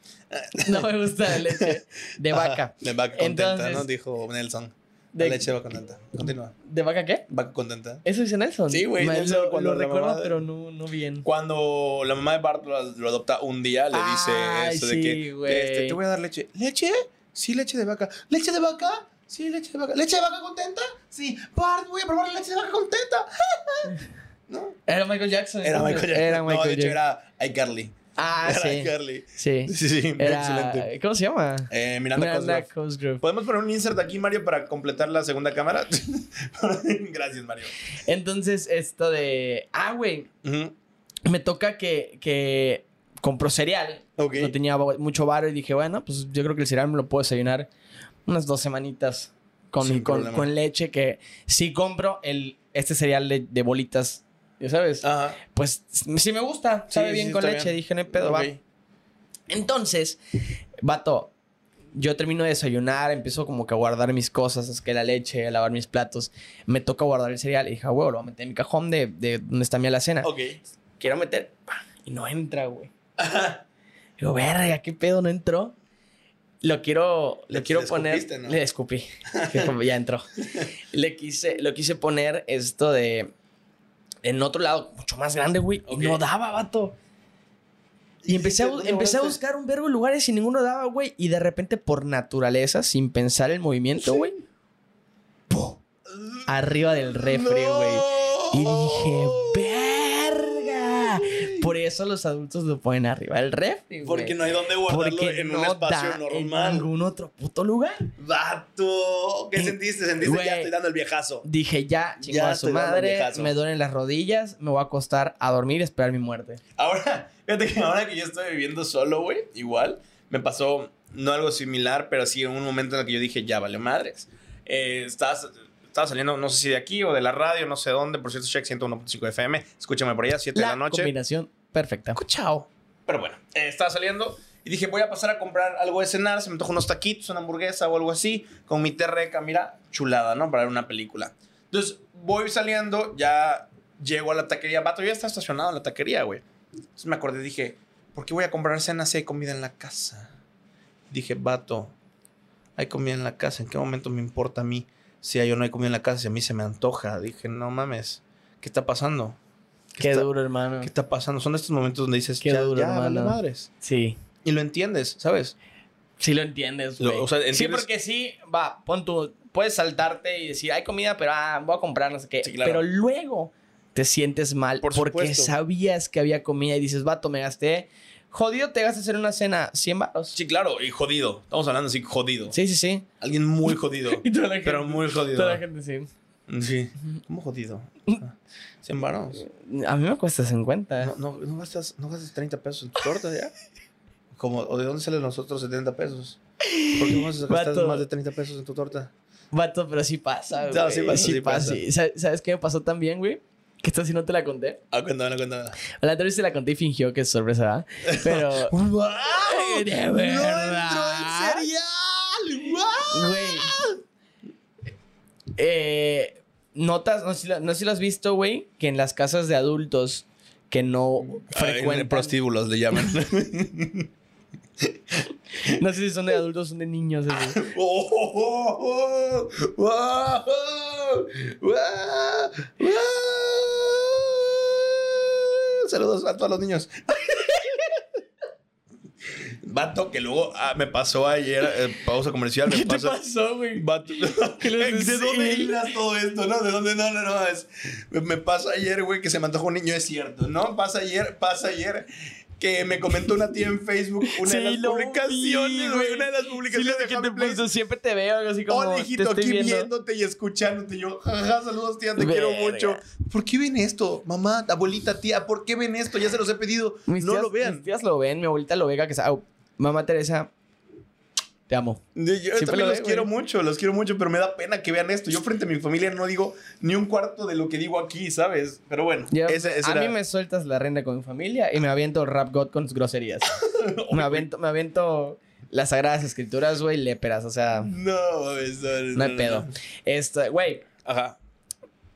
No me gusta la leche de
Ajá,
vaca.
De vaca contenta,
Entonces-
¿no? Dijo Nelson. La
De-
leche de vaca contenta. Continúa.
¿De vaca qué?
Vaca contenta.
¿Eso dice Nelson?
Sí, güey,
Ma-
Nelson,
Lo,
cuando
lo
la
recuerdo,
mamá-
pero no, no bien.
Cuando la mamá de Bart lo, lo adopta un día, le
Ay,
dice eso
sí,
de
güey.
que este, te voy a dar leche. ¿Leche? Sí, leche de vaca. ¿Leche de vaca? Sí, leche de vaca. ¿Leche de vaca contenta? Sí. Bart, voy a probar la leche de vaca contenta. ¿No?
Era Michael Jackson.
Era
entonces.
Michael Jackson.
Era
no, de
Michael
hecho
Jackson.
era iCarly.
Ah,
era
sí.
iCarly.
Sí.
Sí, sí, excelente.
Era... ¿Cómo se llama?
Eh, Miranda, Cosgrove.
Cosgrove.
¿Podemos poner un insert aquí, Mario, para completar la segunda cámara? Gracias, Mario.
Entonces, esto de... Ah, güey.
Ujú.
Me toca que, que compró cereal.
Ok.
No tenía ba- mucho varo y dije, bueno, pues yo creo que el cereal me lo puedo desayunar unas dos semanitas con,
Sin
con,
problema.
con leche que si compro el, este cereal de, de bolitas, ya sabes,
Ajá.
pues si me gusta,
Sí,
sabe
sí,
bien
sí,
con
está
leche,
bien.
dije, no hay pedo, va.
Ok.
Entonces, vato, yo termino de desayunar, empiezo como que a guardar mis cosas, es que la leche, a lavar mis platos, me toca guardar el cereal y dije, "Ah, huevo, lo voy a meter en mi cajón de, de donde está mi alacena.
Ok.
Quiero meter, pa, y no entra, güey. Digo, verga, qué pedo, no entró. Lo quiero, lo
Le-
quiero
le
poner.
escupiste, ¿no?
Le escupí. que como ya entró. Le quise, lo quise poner esto de. En otro lado, mucho más grande, güey.
Ok.
Y no daba, vato. Y empecé a, bu-
¿Dónde
empecé a
lograste?
buscar un verbo de lugares y ninguno daba, güey. Y de repente, por naturaleza, sin pensar el movimiento, güey. ¡pum! Arriba del refri,
¡No!
güey. Y dije, ¡verga! Por eso los adultos lo ponen arriba del refri, güey.
Porque no hay dónde guardarlo
Porque
en
no
un espacio
da en
normal.
ningún otro puto lugar.
Vato. ¿Qué
Eh,
sentiste? Sentiste
güey.
ya estoy dando el viejazo.
Dije, ya, chingó
Ya
a su
estoy dando un
madre,
viejazo.
me duelen las rodillas, me voy a acostar a dormir y esperar mi muerte.
Ahora, fíjate que ahora que yo estoy viviendo solo, güey, igual. me pasó, no algo similar, pero sí en un momento en el que yo dije, ya valió madres. Eh, estás, estaba saliendo, no sé si de aquí o de la radio, no sé dónde, por cierto, check 101.5 FM, escúchame por allá, 7 de
La
la noche.
combinación perfecta.
Chao. Pero bueno, eh, estaba saliendo y dije, voy a pasar a comprar algo de cenar, se me antoja unos taquitos, una hamburguesa o algo así, con mi terreca, mira, chulada, ¿no? Para ver una película. Entonces, voy saliendo, ya llego a la taquería, vato, ya está estacionado en la taquería, güey. Entonces me acordé, dije, ¿por qué voy a comprar cena si hay comida en la casa? Dije, vato, hay comida en la casa, ¿en qué momento me importa a mí si hay o no hay comida en la casa, si a mí se me antoja? Dije, no mames, ¿qué está pasando?
Qué
está-
duro, hermano.
¿Qué está pasando? Son de estos momentos donde dices,
Qué
ya,
duro,
ya, vale
hermano.
madres.
Sí.
Y lo entiendes, ¿sabes?
Sí lo entiendes,
Lo-
güey.
o sea,
Sí,
entiendes-
porque sí, va, pon tu... Puedes saltarte y decir, hay comida, pero ah, voy a comprar, no sé qué.
Sí, claro.
Pero luego te sientes mal
Por
porque
supuesto.
sabías que había comida y dices, vato, me gasté... Jodido, te gastas en una cena 100 baros.
Sí, claro, y jodido. Estamos hablando así, jodido.
Sí, sí, sí.
Alguien muy jodido.
toda la gente,
pero muy jodido.
toda la gente, sí.
Sí. ¿Cómo jodido? Ah, Se varos.
A mí me cuesta 50.
No, no, no gastas, no gastas 30 pesos en tu torta ya. Como, ¿O de dónde salen los otros 70 pesos? ¿Por qué no vas a gastar
Vato.
más de 30 pesos en tu torta?
Vato, pero sí pasa, güey.
No, sí pasa, sí pasa.
¿Y sa- ¿Sabes qué me pasó también, güey? Que esta sí no te la conté.
Ah, cuéntamela, cuéntamela.
La anterior sí te la conté y fingió que es sorpresa, ¿verdad? Pero...
¡Wow!
Ay, de verdad.
entró cereal! ¡Wow!
Güey. Eh, notas, no sé, si lo- no sé si lo has visto, güey, que en las casas de adultos que no
Frecuente.
frecuentan.
Prostíbulos le llaman.
No sé si son de adultos o son de niños. así.
¡Oh, oh, oh, oh! ¡Wow! ¡Wow! ¡Wow! Saludos a todos los niños. Vato, que luego ah, me pasó ayer, eh, pausa comercial, me
¿Qué te
pasó.
pasó, güey?
Vato-
¿Qué les
¿De dónde
decía?
hilas todo esto? ¿No? ¿De dónde? No, no, no. es- me- me pasa ayer, güey, que se me antojó un niño, es cierto. ¿No? Pasa ayer, pasa ayer. Que me comentó una tía en Facebook una de
Sí,
las
lo vi,
publicaciones, güey.
güey.
Una de las
Sí,
publicaciones
lo que
de
te
Happy Place.
puso, siempre te veo algo así como.
Hola,
te
hijito,
estoy
aquí
viendo.
viéndote y escuchándote. y Yo, jaja, saludos, tía, te quiero
Verga.
mucho. ¿Por qué ven esto? Mamá, abuelita, tía, ¿por qué ven esto? Ya se los he pedido.
Mis
no
tías-
lo
Mis
vean.
tías lo ven, mi abuelita lo ve, que sa- au, mamá Teresa, te amo.
Yo
Siempre
también
lo ve,
los quiero
güey.
mucho, los quiero mucho, pero me da pena que vean esto. Yo frente a mi familia no digo ni un cuarto de lo que digo aquí, ¿sabes? Pero bueno,
Ya,
ese, ese
a
era-
mí me sueltas la renta con mi familia y me aviento rap god con sus groserías. me, avento, me avento las sagradas escrituras, güey, léperas, o sea,
No, mames, no, no,
no hay
no,
pedo.
no.
Este, güey,
Ajá.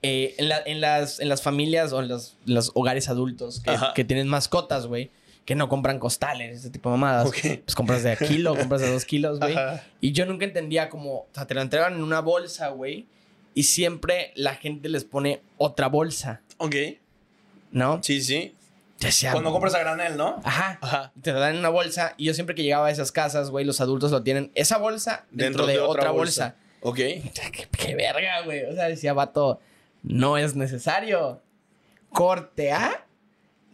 eh, en, la- en las, en las familias o en los, los hogares adultos que,
Ajá.
que tienen mascotas, güey, que no compran costales, ese tipo de mamadas.
Ok.
Pues compras de a kilo, compras de a dos kilos, güey.
Ajá.
Y yo nunca entendía cómo, o sea, te lo entregan en una bolsa, güey, y siempre la gente les pone otra bolsa,
Ok.
¿no?
Sí, sí.
Ya Ah. sea-
Cuando compras a granel, ¿no?
Ajá.
Ajá.
Te la dan en una bolsa y yo siempre que llegaba a esas casas, güey, los adultos lo tienen esa bolsa dentro, de, otra, bolsa.
Ok.
O sea, ¿Qué, qué verga, güey. O sea, decía, vato, no es necesario. Corte A,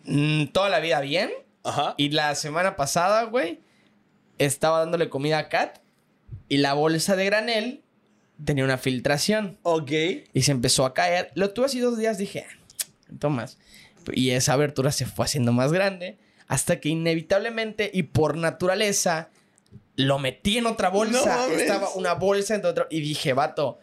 mm, toda la vida bien.
Ajá.
Y la semana pasada, güey, estaba dándole comida a Kat y la bolsa de granel tenía una filtración
Ok.
y se empezó a caer. Lo tuve así dos días, dije, tomas. Y esa abertura se fue haciendo más grande hasta que inevitablemente y por naturaleza lo metí en otra
No
bolsa.
mames.
Estaba una bolsa entre otra. Y dije, vato,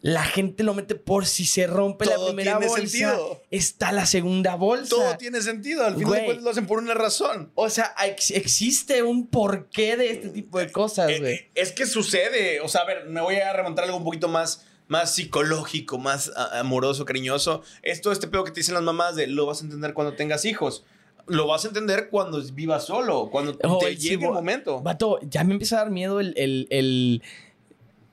la gente lo mete por si se rompe la
Todo
primera
tiene
bolsa.
sentido.
Está la segunda bolsa.
Todo tiene sentido. Al final
güey.
de cuentas lo hacen por una razón.
O sea, ex- existe un porqué de este tipo de cosas,
Eh,
güey.
eh, es que sucede. O sea, a ver, me voy a remontar algo un poquito más, más psicológico, más a- amoroso, cariñoso. Es todo este pedo que te dicen las mamás de lo vas a entender cuando tengas hijos. Lo vas a entender cuando vivas solo, cuando
Oh,
te
sí,
llegue
bo-
el momento.
Vato, ya me empieza a dar miedo el... el- el-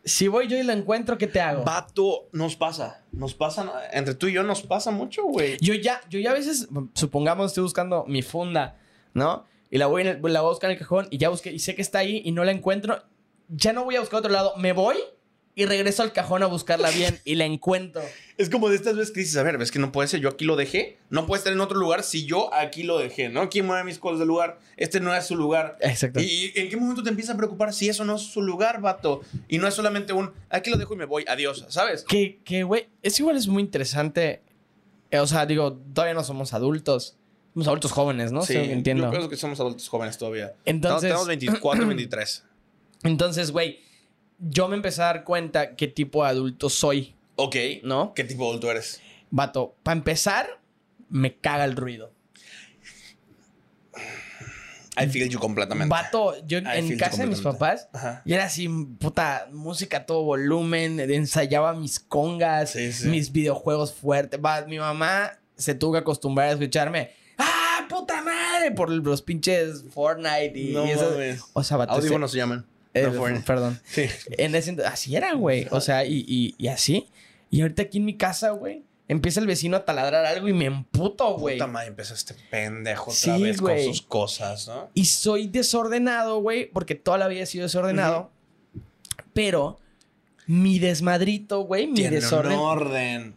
Si voy yo y lo encuentro, ¿qué te hago?
Vato, nos pasa. Nos pasa, entre tú y yo nos pasa mucho, güey.
Yo ya, yo ya a veces, supongamos, estoy buscando mi funda, ¿no? Y la voy, en el- la voy a buscar en el cajón y ya busqué, y sé que está ahí y no la encuentro. Ya no voy a buscar otro lado, me voy y regreso al cajón a buscarla bien y la encuentro.
Es como de estas veces que dices, a ver, ves que no puede ser, yo aquí lo dejé. No puede estar en otro lugar si yo aquí lo dejé, ¿no? ¿Quién mueve mis cosas del lugar? Este no es su lugar.
Exacto.
¿Y en qué momento te empieza a preocupar si eso no es su lugar, vato? Y no es solamente un, aquí lo dejo y me voy, adiós, ¿sabes?
que, que, güey, es igual, es muy interesante. Eh, O sea, digo, todavía no somos adultos, Somos adultos jóvenes, ¿no? Sí, entiendo.
Yo creo que somos adultos jóvenes todavía.
Entonces,
Tenemos 24, 23.
entonces, güey, yo me empecé a dar cuenta qué tipo de adulto soy,
Ok.
¿no?
¿Qué tipo de adulto eres?
Vato, para empezar, me caga el ruido.
I feel you completamente.
Vato, yo
I feel
en
you
casa de mis
completamente.
papás,
Ajá.
y era así, puta, música a todo volumen, ensayaba mis congas,
Sí, sí.
mis videojuegos fuertes. Va, mi mamá se tuvo que acostumbrar a escucharme, ¡ah, puta madre! Por los pinches Fortnite y,
No
y esas-
mames.
O sea, vato, ese-
Audífonos se llaman.
eh,
No, fuera.
perdón.
Sí.
En ese ento- así era, güey. O sea, y, y- y así. Y ahorita aquí en mi casa, güey, empieza el vecino a taladrar algo y me emputo, güey.
Puta madre, empezó este pendejo otra
Sí,
vez
güey.
con sus cosas, ¿no?
Y soy desordenado, güey, porque toda la vida he sido desordenado. Pero mi desmadrito, güey, mi
Tiene
desorden.
un orden.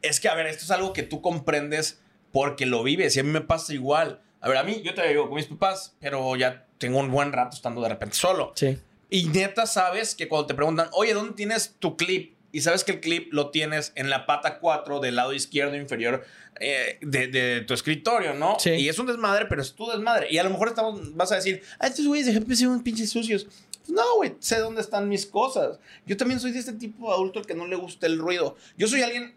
Es que, a ver, esto es algo que tú comprendes porque lo vives. Y a mí me pasa igual. A ver, a mí, yo te vivo con mis papás, pero ya tengo un buen rato estando de repente solo.
Sí.
Y neta sabes que cuando te preguntan, oye, ¿dónde tienes tu clip? Y sabes que el clip lo tienes en la pata 4 del lado izquierdo inferior eh, de, de tu escritorio, ¿no?
Sí.
Y es un desmadre, pero es tu desmadre. Y a lo mejor estamos, vas a decir, ah, estos güeyes de GP son pinches sucios. Pues No, güey, sé dónde están mis cosas. Yo también soy de este tipo de adulto al que no le gusta el ruido. Yo soy alguien,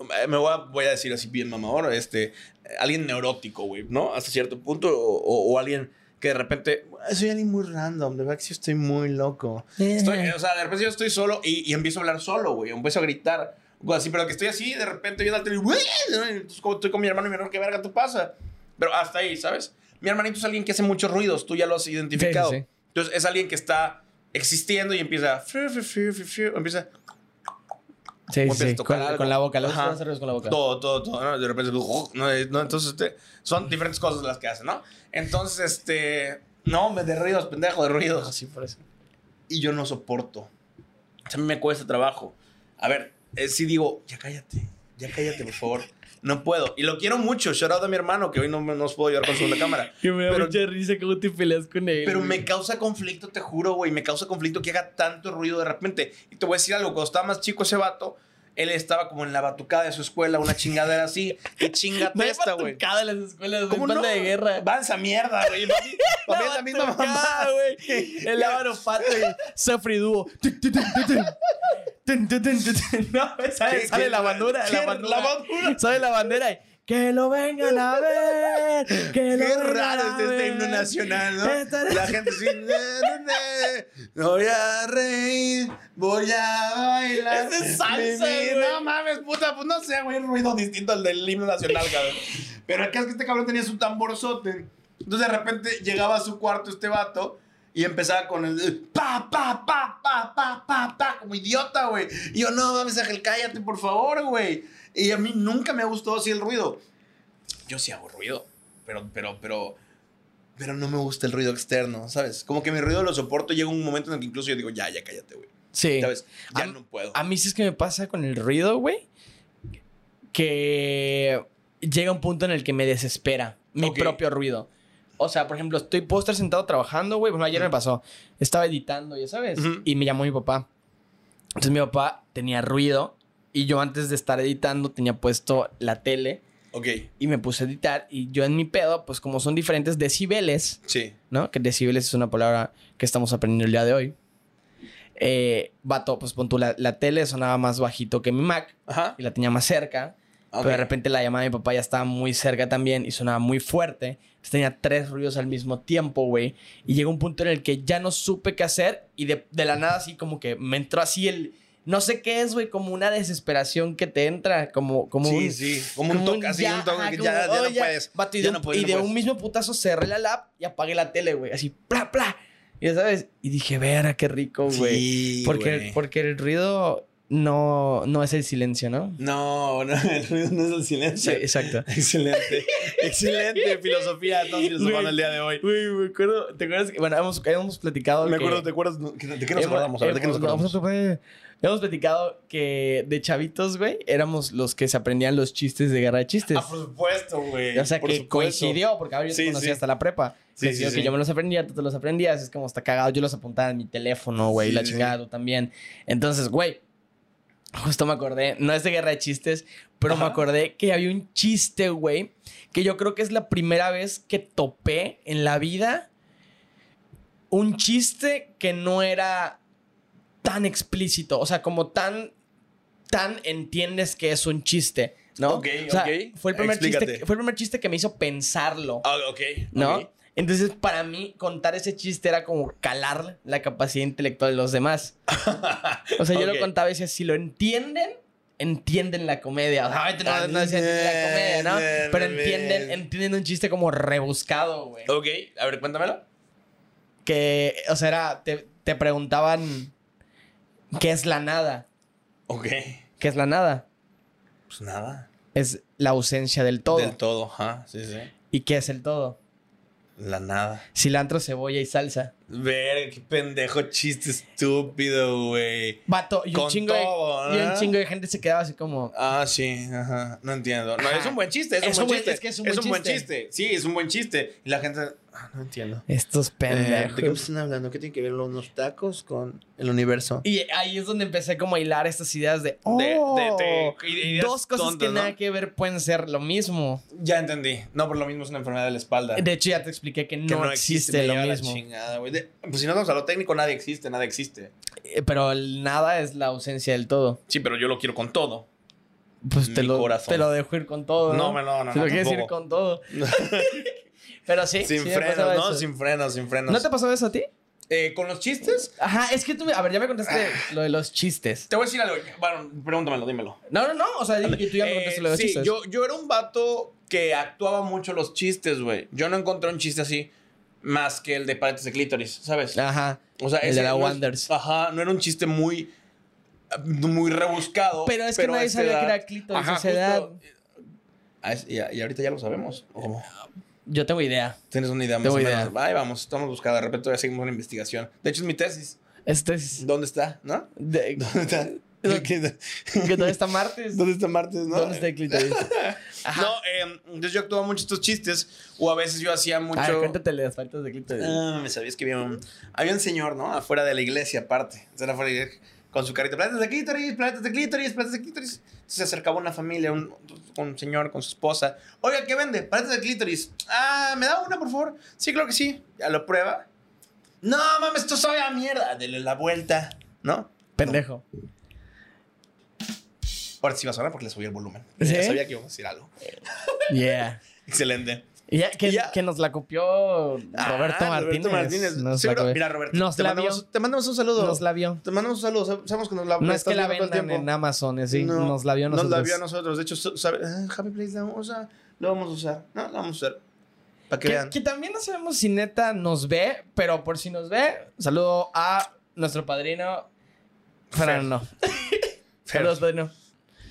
eh, me voy a, voy a decir así bien mamador, este, eh, alguien neurótico, güey, ¿no? Hasta cierto punto, o- o- o alguien que de repente, "Ah, soy alguien muy random, de verdad que sí estoy muy loco. Estoy- o sea, de repente yo estoy solo y, y empiezo a hablar solo, güey. Empiezo a gritar. o así, pero que estoy así, de repente viendo al tele, güey. ¿no? Entonces, como Estoy con mi hermano y mi hermano, ¿qué verga te pasa? Pero hasta ahí, ¿sabes? Mi hermanito es alguien que hace muchos ruidos, tú ya lo has identificado.
Sí, sí, sí.
Entonces, es alguien que está existiendo y empieza. "Fiu, fiu, fiu, fiu, fiu", empieza
Sí,
o
sí,
empiezas a tocar
Con,
algo.
con la boca, los
Ajá.
dos cerrados con la boca.
todo, todo, todo. ¿no? De repente, "Ugh", ¿no? Eh, ¿no? Entonces, este, son diferentes cosas las que hacen, ¿no? Entonces, este. No, hombre, de ruidos, pendejo, de ruidos.
Así por eso.
y yo no soporto. O sea, a mí me cuesta trabajo. A ver, eh, sí digo, ya cállate, ya cállate, por favor. No puedo. Y lo quiero mucho. Shout out a mi hermano, que hoy no, me- no os puedo llevar con segunda cámara.
Que me da
Pero-
mucha risa cómo te peleas con él.
Pero
güey.
me causa conflicto, te juro, güey. Me causa conflicto que haga tanto ruido de repente. Y te voy a decir algo. Cuando estaba más chico ese vato, él estaba como en la batucada de su escuela, una chingadera así. Y
No hay
chingate esta, güey.
batucada en las escuelas, güey,
¿Cómo no?
banda de guerra.
Van esa mierda, güey. Para mí- para mí es la misma
batucada,
mamá.
güey. El Ávaro Pato y Safri Dúo. Tum, tum, tum, tum, tum. Tum, tum, tum, tum, tum. No, güey, sale,
¿Qué-
sale
qué-
la bandera.
qué-
La
la
bandera.
bandura?
Sale la bandera y... Que lo vengan a ver. Que lo
Qué
vengan
raro
a
este, este
ver".
himno nacional, ¿no?
Estaré-
La gente sí. "Na, na, na, no voy a reír, voy a bailar.
Esa es salsa,
Mi vida".
güey.
No mames, puta, pues no sé, güey, un ruido distinto al del himno nacional, cabrón. Pero el caso es que este cabrón tenía su tamborzote. Entonces de repente llegaba a su cuarto este vato. Y empezaba con el eh, pa, pa, pa, pa, pa, pa, pa, como idiota, güey. Y yo, no mames, Ángel, cállate, por favor, güey. Y a mí nunca me ha gustado así el ruido. Yo sí hago ruido, pero, pero, pero, pero no me gusta el ruido externo, ¿sabes? Como que mi ruido lo soporto. Llega un momento en el que incluso yo digo, ya, ya cállate, güey.
Sí.
¿Sabes? Ya
A-
no puedo.
A mí sí es que me pasa con el ruido, güey. Que llega un punto en el que me desespera mi
Ok.
propio ruido. O sea, por ejemplo, estoy puedo estar sentado trabajando, güey. Por ejemplo, ayer me pasó. Estaba editando, ya sabes.
Ujú.
Y me llamó mi papá. Entonces mi papá tenía ruido. Y yo antes de estar editando tenía puesto la tele.
ok,
Y me puse a editar. Y yo en mi pedo, pues como son diferentes decibeles.
sí.
¿no? Que decibeles es una palabra que estamos aprendiendo el día de hoy. Eh, vato, pues pon tú, la, la tele sonaba más bajito que mi Mac
Ajá.
y la tenía más cerca.
ok.
Pero de repente la llamada de mi papá ya estaba muy cerca también y sonaba muy fuerte. Entonces tenía tres ruidos al mismo tiempo, güey. Y llegó un punto en el que ya no supe qué hacer y de, de la nada así como que me entró así el... No sé qué es, güey, como una desesperación que te entra, como, como
Sí,
un-
sí. Como un toque, así,
ya,
un toque
ajá,
que
como,
ya, ya
oh,
no puedes.
Vato, y
ya
de, un-
no puedes.
y
no
de
puedes.
un mismo putazo cerré la lap y apagué la tele, güey. Así, pla, pla. Ya sabes. Y dije, verá, qué rico, güey.
Sí,
porque,
güey.
porque el ruido no, no es el silencio, ¿no?
No, no, el ruido no es el
Sí,
silencio.
exacto.
Excelente. Excelente filosofía. Estamos filosofando
Güey.
el día de hoy.
Güey, me acuerdo, ¿te acuerdas? que- bueno, hemos, hemos platicado.
pues. Me
que-
acuerdo, ¿te acuerdas? ¿De qué nos
hemos-
acordamos? A ver, ¿de qué nos
hemos-
acordamos?
Hemos platicado que de chavitos, güey, éramos los que se aprendían los chistes de guerra de chistes.
Ah, por supuesto, güey.
O sea,
Por
que
supuesto.
coincidió, porque a ver, yo te
Sí,
conocí
sí.
hasta la prepa.
Sí,
Coincidió
sí,
que
sí.
yo me los aprendía, tú te los aprendías, es como está cagado. Yo los apuntaba en mi teléfono, güey,
Sí,
la
sí,
chingada, tú también. Entonces, güey, Justo me acordé, no es de guerra de chistes, pero me acordé que había un chiste, güey, que yo creo que es la primera vez que topé en la vida un chiste que no era tan explícito, o sea, como tan, tan entiendes que es un chiste, ¿no?
Ok,
O sea,
ok.
Fue el, primer chiste,
Explícate.
que- fue el primer chiste que me hizo pensarlo.
Ah, ok.
¿no?
ok.
Entonces, para mí, contar ese chiste era como calar la capacidad intelectual de los demás. O sea, yo
Ok.
lo contaba y decía, si lo entienden, entienden la comedia. O sea, obviamente no, no decía entienden la comedia, ¿no? Pero entienden, entienden un chiste como rebuscado, güey.
Ok, a ver, cuéntamelo.
Que, o sea, era, te, te preguntaban, ¿qué es la nada?
Ok.
¿Qué es la nada?
Pues nada.
Es la ausencia del todo.
Del todo, ajá. Sí, sí.
¿Y qué es el todo?
La nada.
Cilantro, cebolla y salsa.
Ver, qué pendejo chiste estúpido, güey.
Vato, y un,
Con
chingo de,
todo,
y un
¿no?
chingo de gente se quedaba así como...
Ah, sí, ajá. No entiendo. No,
Ajá.
es un buen chiste, es un
Es
buen
un buen-
chiste.
es que es un buen chiste.
Sí, es un buen chiste. Y la gente. Ah, no entiendo.
Estos
Eh, ¿De qué
pendejos.
están hablando? ¿Qué tienen que ver los tacos con el universo?
y ahí es donde empecé como a hilar estas ideas de, oh,
de- ideas
dos cosas
tontas,
que
¿no?
nada que ver pueden ser lo mismo.
Ya entendí. No, por lo mismo es una enfermedad de la espalda.
De hecho, ya te expliqué Ah. que no,
que
existe,
me
lo
lleva la
mismo.
chingada, güey. De- pues si no vamos a lo técnico, nada existe, nada existe.
Eh, Pero el nada es la ausencia del todo.
Sí, pero yo lo quiero con todo.
Pues te
Mi
lo,
corazón.
te lo dejo ir con todo.
No,
No,
no, no, no,
Te lo quieres ir
tampoco.
con todo. Pero sí.
Sin
sí me pasaba
frenos, ¿no?
eso.
Sin frenos, sin frenos.
¿No te pasó eso a ti?
Eh, con los chistes,
Ajá, es que tú. me- A ver, ya me contaste lo de los chistes.
te voy a decir algo. Bueno, pregúntamelo, dímelo.
No, no, no. O sea, y- y tú ya me
Eh,
contaste lo de los
sí,
chistes.
Yo, yo era un vato que actuaba mucho los chistes, güey. Yo no encontré un chiste así más que el de paredes de clítoris, ¿sabes?
Ajá.
o sea,
Ah, el
ese
de la
no es-
Wonders.
ajá, no era un chiste muy muy rebuscado.
Pero es que nadie
a esa
sabía que era clítoris a esa edad.
a es- y, a- y ahorita ya lo sabemos. ¿o cómo?
Yo tengo idea.
Tienes una idea más
Tengo
o
idea.
menos. Ahí vamos, estamos buscando. De repente todavía seguimos una investigación. De hecho, es mi tesis.
Este es.
¿Dónde está? ¿No?
de-
¿Dónde está?
que todavía está martes.
¿Dónde está martes? ¿No?
¿Dónde está el clítoris? Ajá.
No, eh, entonces yo actuaba mucho estos chistes o a veces yo hacía mucho...
A ver, Ah, cuéntate las faltas de clítoris.
Ah, me sabías que había un... Había un señor, ¿no? Afuera de la iglesia, aparte. O sea, afuera de la iglesia, con su carrito. Planetas de clítoris, planetas de clítoris, planetas de clítoris. Entonces se acercaba una familia, un, un señor con su esposa. Oiga, ¿qué vende? Planetas de clítoris. Ah, ¿me da una, por favor? Sí, claro que sí. Ya lo prueba. No, mames, esto sabe a mierda. Dele la vuelta, ¿no?
Pendejo.
Ahora sí va a sonar porque le subí el volumen.
¿Sí?
Ya sabía que íbamos a decir algo.
Yeah.
Excelente.
Y ya, que,
Y ya-
que nos la copió
Ah,
Roberto Martínez. Nos
Sí,
la
bro.
copió.
Mira, Roberto,
Nos
te,
la vio.
mandamos, te mandamos un saludo.
Nos la vio.
Te mandamos un saludo. sab- Sabemos que nos la
No es que
Ah, estás
la
viendo todo el
vendan
tiempo.
en Amazon, ¿eh? sí.
No,
nos la vio a
Nos
nosotros.
la vio a nosotros. De hecho, so- sabe, ah, Happy Place la vamos a, lo vamos a usar. No, la vamos a usar. Para que,
Que,
vean.
que también no sabemos si neta nos ve, pero por si nos ve, saludo a nuestro padrino Fernando.
Fer.
Saludos, padrino.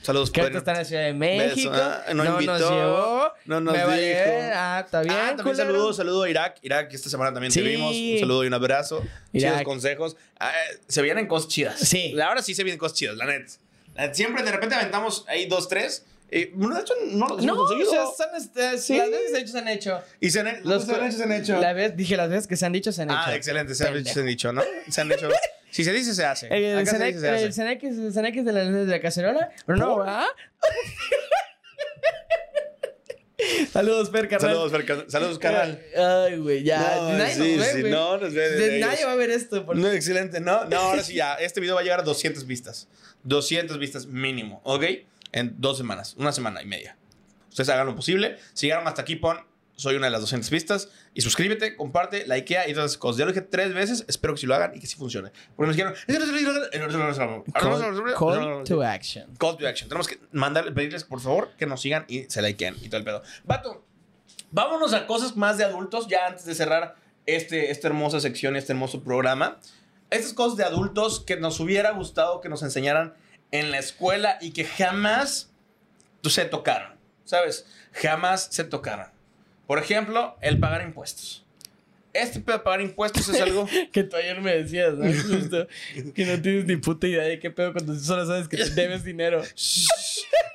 Saludos,
Que
padrino.
ahorita está en la Ciudad de México.
ah, no
no nos
invitó,
llevó.
no nos
me vale
dijo.
ver. Ah, está bien.
Ah, también
culero.
saludos, saludo a Irak. Irak, esta semana también
Sí.
te vimos. Un saludo y un abrazo. Chidos
Irak.
consejos. Ah, eh, se vienen cosas chidas.
Sí.
La- Ahora sí se vienen cosas chidas, la net. La net, Siempre de repente aventamos ahí dos, tres. Eh, bueno, de hecho, no los
No,
hemos
o
conseguido.
sea, son, este,
Sí.
las veces hechas se han hecho.
y se han,
Los-
los, han hecho, se han hecho.
La vez, dije las veces que se han dicho, se han hecho.
Ah, excelente, se han,
Pendejo.
hecho, se han dicho, ¿no? Se han hecho. si se dice, se hace.
El
Acá se dice, se hace.
Cenex el Cenex de la de la cacerola, pero no,
Por-
¿ah? Saludos, Fer, carnal.
Saludos, Fer, car- saludos, carnal.
Ay, güey, ya. nadie
sí,
nos ve,
sí,
güey.
no, nos ve desde
De- nadie
ellos.
va a ver esto. Porque...
No, excelente, no, no, ahora sí ya, este video va a llegar a 200 vistas, 200 vistas mínimo, ¿ok? En dos semanas, una semana y media. Ustedes hagan lo posible, si llegaron hasta aquí pon, soy una de las 200 vistas, y suscríbete, comparte, likea y todas esas cosas. Ya lo dije tres veces, espero que sí lo hagan y que sí funcione. Porque nos dijeron... "Es que no se lo dijeron".
Call, call to action.
Call to action. Tenemos que mandarle, pedirles, por favor, que nos sigan y se likeen y todo el pedo. Vato, vámonos a cosas más de adultos ya antes de cerrar este, esta hermosa sección, este hermoso programa. Estas cosas de adultos que nos hubiera gustado que nos enseñaran en la escuela y que jamás se tocaron, ¿sabes? Jamás se tocaron. Por ejemplo, el pagar impuestos. Este pedo de pagar impuestos es algo...
Que tú ayer me decías, ¿no? Justo, que no tienes ni puta idea de qué pedo cuando tú solo sabes que te debes dinero.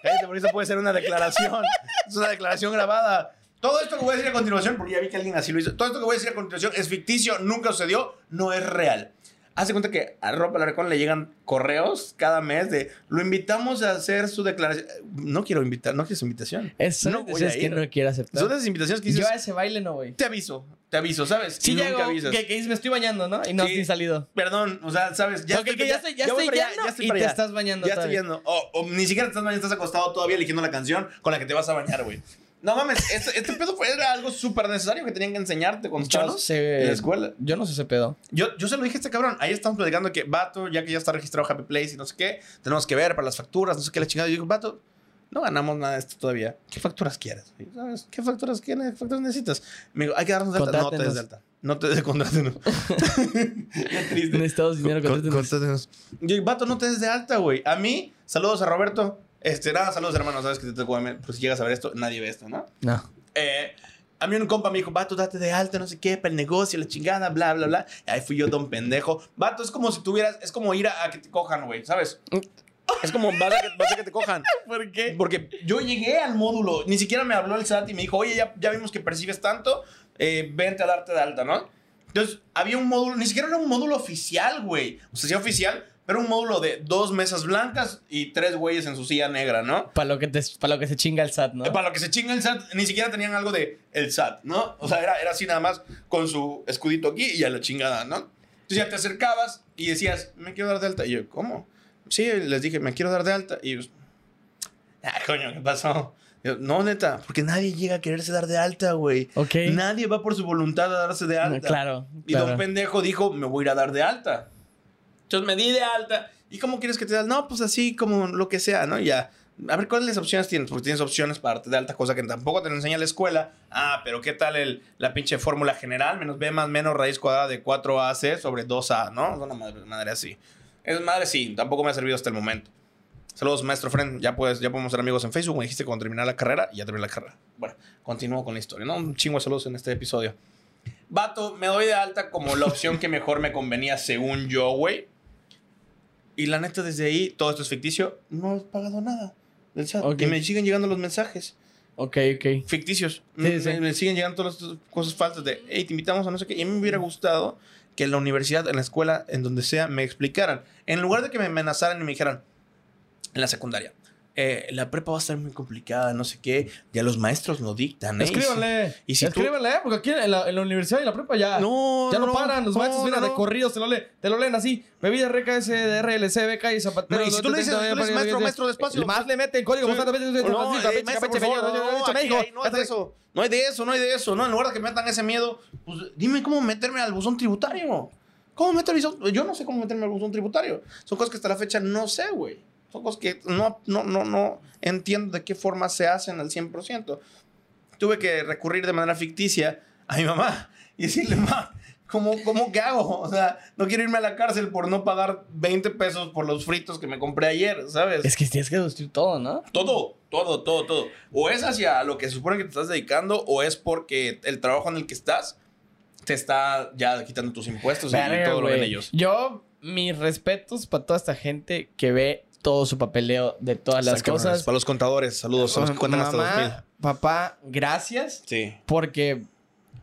Cállate, porque eso puede ser una declaración. Es una declaración grabada. Todo esto que voy a decir a continuación, porque ya vi que alguien así lo hizo. Todo esto que voy a decir a continuación es ficticio, nunca sucedió, no es real. Hace cuenta que a Rob Alarcón le llegan correos cada mes de lo invitamos a hacer su declaración. No quiero invitar, no quieres invitación.
Es,
No
no
voy a
que
ir.
no quiero
Son de
aceptar.
esas invitaciones que dices,
Yo a ese baile no voy.
te aviso, te aviso, ¿sabes?
Sí,
Y
ya
nunca avisas.
que, que dices, me estoy bañando, ¿no? Y no
Sí.
has ni salido.
Perdón, o sea, ¿sabes?
Ya
estoy-
que ya, estoy- ya,
voy
estoy
para allá,
yendo
ya estoy
y
para
te
allá.
estás bañando
Ya estoy
todavía.
viendo. O, o ni siquiera te estás bañando, estás acostado todavía eligiendo la canción con la que te vas a bañar, güey. No mames, este, este pedo fue, era algo súper necesario que tenían que enseñarte cuando
Yo
estabas
no sé.
en la escuela.
Yo no sé ese pedo.
Yo, yo se lo dije a este cabrón. Ahí estamos platicando que, vato, ya que ya está registrado Happy Place y no sé qué, tenemos que ver para las facturas, no sé qué, la chingada. Yo digo, vato, no ganamos nada de esto todavía. ¿Qué facturas quieres? Y, ¿Sabes? ¿Qué facturas quieres? ¿Qué facturas necesitas? Me digo, hay que darnos de alta. No te des de alta. No te des contrátenos. Qué triste.
Necesitamos dinero.
Con-
contrátenos.
contrátenos. Yo, vato, no te des de alta, güey. A mí, saludos a Roberto. Este, nada, saludos, hermano. Sabes que te tengo que Por si llegas a ver esto, nadie ve esto, ¿no?
No.
Eh, a mí un compa me dijo, vato, date de alta, no sé qué, para el negocio, la chingada, bla, bla, bla. Y ahí fui yo, don pendejo. Vato, es como si tuvieras, es como ir a, a que te cojan, güey, ¿sabes? Es como, vas a, que, vas a que te cojan.
¿Por qué?
Porque yo llegué al módulo, ni siquiera me habló el SAT y me dijo, oye, ya, ya vimos que percibes tanto, eh, vente a darte de alta, ¿no? Entonces, había un módulo, ni siquiera era un módulo oficial, güey. O sea, sí oficial, pero un módulo de dos mesas blancas y tres güeyes en su silla negra, ¿no?
Para lo, que te- pa' lo que se chinga el SAT, ¿no?
Eh, Para lo que se chinga el SAT, ni siquiera tenían algo de el SAT, ¿no? O sea, era, era así nada más con su escudito aquí y a la chingada, ¿no? Entonces ya te acercabas y decías, me quiero dar de alta. Y yo, ¿cómo? Sí, les dije, me quiero dar de alta. Y ellos, ah, coño, ¿qué pasó? Y yo, no, neta, porque nadie llega a quererse dar de alta, güey.
Ok.
Nadie va por su voluntad a darse de
No,
alta.
Claro.
Y
claro.
don pendejo dijo, me voy a ir a dar de alta. Entonces me di de alta. ¿Y cómo quieres que te das? No, pues así como lo que sea, ¿no? Y Ya. A ver, ¿cuáles opciones tienes? Porque tienes opciones para darte de alta, cosa que tampoco te lo enseña la escuela. Ah, pero ¿qué tal el, la pinche fórmula general? Menos B más menos raíz cuadrada de 4AC sobre 2A, ¿no? Es una madre, madre así. Es madre sí, tampoco me ha servido hasta el momento. Saludos, maestro friend. Ya, puedes, ya podemos ser amigos en Facebook. Me dijiste cuando terminar la carrera y ya terminé la carrera. Bueno, continúo con la historia, ¿no? Un chingo de saludos en este episodio. Vato, me doy de alta como la opción que mejor me convenía según yo, güey. Y la neta, desde ahí, todo esto es ficticio. No he pagado nada del chat.
Ok.
Y me siguen llegando los mensajes
Ok, ok.
ficticios. me,
sí.
me- me siguen llegando todas las cosas falsas de, hey, te invitamos a no sé qué. Y a mí me hubiera gustado que en la universidad, en la escuela, en donde sea, me explicaran. En lugar de que me amenazaran y me dijeran, en la secundaria. "Eh, la prepa va a estar muy complicada, no sé qué. Ya los maestros no dictan. ¿eh? Y si-
Escríbanle.
y si tú-
Escríbanle, ¿eh? porque aquí en la, en la universidad y la prepa ya.
No,
Ya no paran, los
no,
maestros, mira,
no,
de
no.
corridos, te lo, leen, te lo leen así. Bebida RKS, DRLC, BK y zapatero.
No, y si tú le dices- tú le dices, maestro, maestro, despacio.
Más le meten código.
Sí.
más le meten-
No,
Capeche,
eh, maestra,
Capeche,
por favor,
Capeche,
no, no,
Capeche,
aquí
México.
hay- no es de eso. No hay de eso, no hay de eso. No, en lugar de que me metan ese miedo, pues dime cómo meterme al buzón tributario. ¿Cómo meter al buzón? Yo no sé cómo meterme al buzón tributario. Son cosas que hasta la fecha no sé, güey. Son cosas que no, no, no, no entiendo de qué forma se hacen al 100%. Tuve que recurrir de manera ficticia a mi mamá y decirle, ma, ¿cómo, ¿cómo que hago? O sea, no quiero irme a la cárcel por no pagar 20 pesos por los fritos que me compré ayer, ¿sabes?
Es que tienes que deducir todo, ¿no?
Todo, todo, todo, todo. O es hacia lo que se supone que te estás dedicando, o es porque el trabajo en el que estás te está ya quitando tus impuestos y
Verga,
todo lo ven
güey.
ellos.
Yo, mis respetos para toda esta gente que ve todo su papeleo de todas las
Están cabrones.
cosas. Pues,
Para los contadores, saludos. a los que cuentan hasta 2000.
Mamá, papá, gracias.
Sí.
Porque,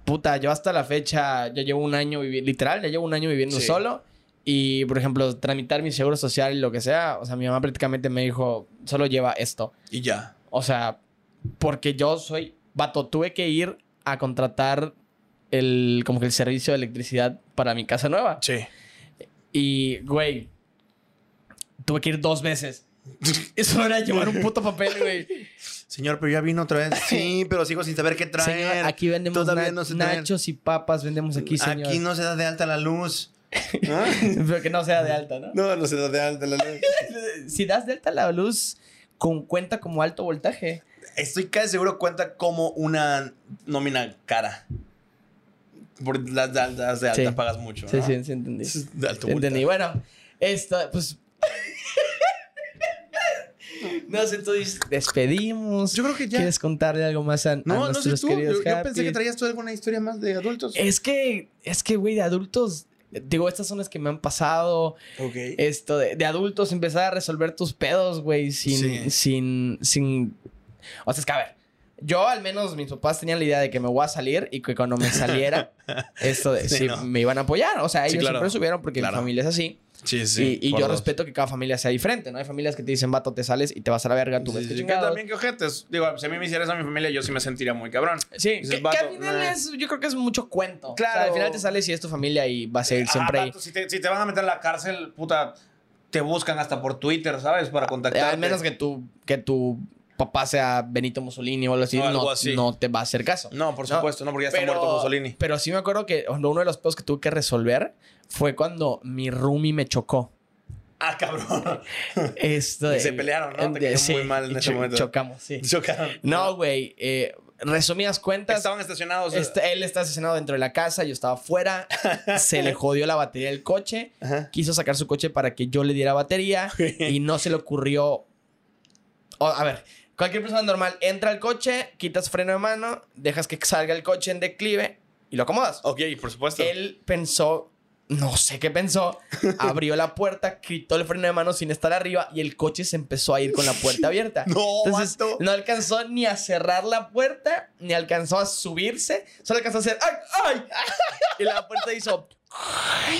puta, yo hasta la fecha ya llevo un año viviendo, literal, ya llevo un año viviendo
Sí.
solo. Y, por ejemplo, tramitar mi seguro social y lo que sea, o sea, mi mamá prácticamente me dijo, solo lleva esto.
Y ya.
O sea, porque yo soy, vato, tuve que ir a contratar el, como que el servicio de electricidad para mi casa nueva.
Sí.
Y, güey, tuve que ir dos veces. Eso era llevar un puto papel, güey.
Señor, pero ya vino otra vez. Sí, pero sigo sin saber qué traer.
Señor, aquí vendemos
Todavía
na-
no se traen.
nachos y papas, vendemos aquí, señor.
Aquí no se da de alta la luz.
Pero que no sea de alta, ¿no?
No, no se da de alta la luz.
Si das de alta la luz, con cuenta como alto voltaje.
Estoy casi seguro cuenta como una nómina cara. Por las, las- las de alta
Sí.
pagas mucho.
Sí,
¿no?
sí, sí, entendí. Sí,
Es de alto
entendí. Bueno, esto, pues. Nos entonces despedimos.
Yo creo que ya.
¿Quieres contarle algo más a, a
No, no sé
nuestros
tú. Yo,
queridos
yo pensé que
Happy? Eh,
traías tú alguna historia más de adultos.
Es que, es que, güey, de adultos. Digo, estas son las que me han pasado.
ok.
Esto de, de adultos, empezar a resolver tus pedos, güey, sin,
Sí.
sin, sin. O sea, es que a ver. Yo, al menos, mis papás tenían la idea de que me voy a salir y que cuando me saliera, esto de,
Sí,
sí,
¿no?
me iban a apoyar. O sea, ellos
Sí, claro.
siempre subieron porque
Claro.
mi familia es así.
Sí,
y y
por
yo
dos.
respeto que cada familia sea diferente, ¿no? Hay familias que te dicen, vato, te sales y te vas a la verga, tú
Sí,
ves
sí,
que
sí, que
chingados.
también que ojetes. Digo, si a mí me hiciera eso a mi familia, yo sí me sentiría muy cabrón.
Sí,
Dices,
que, que
"Vato,
al final
nah".
es, yo creo que es mucho cuento.
Claro.
O sea, al final te sales y es tu familia y vas a ir siempre
Ah,
ahí.
vato, si, te, si te van a meter a la cárcel, puta, te buscan hasta por Twitter, ¿sabes? Para
Eh,
contactarte.
Al menos que tu, que tu papá sea Benito Mussolini o algo así,
O algo
no,
así.
no te va a hacer caso.
No, por
No,
supuesto, no, porque ya está muerto Mussolini.
Pero sí me acuerdo que uno de los pedos que tuve que resolver fue cuando mi roomie me chocó.
Ah, cabrón.
Esto de-
Se pelearon, ¿no? Te
de-
cayó muy mal en ese momento.
Chocamos, sí.
Chocaron.
No, güey. eh, resumidas cuentas,
Estaban estacionados. eh.
Este- él está asesinado dentro de la casa, yo estaba afuera, se le jodió la batería del coche,
Ajá.
quiso sacar su coche para que yo le diera batería y no se le ocurrió... O, a ver, cualquier persona normal entra al coche, quitas freno de mano, dejas que salga el coche en declive y lo acomodas.
Ok, por supuesto.
Él pensó, no sé qué pensó, abrió la puerta, quitó el freno de mano sin estar arriba y el coche se empezó a ir con la puerta abierta.
No,
Entonces,
vato.
no alcanzó ni a cerrar la puerta, ni alcanzó a subirse, solo alcanzó a hacer ¡ay! ay! Y la puerta hizo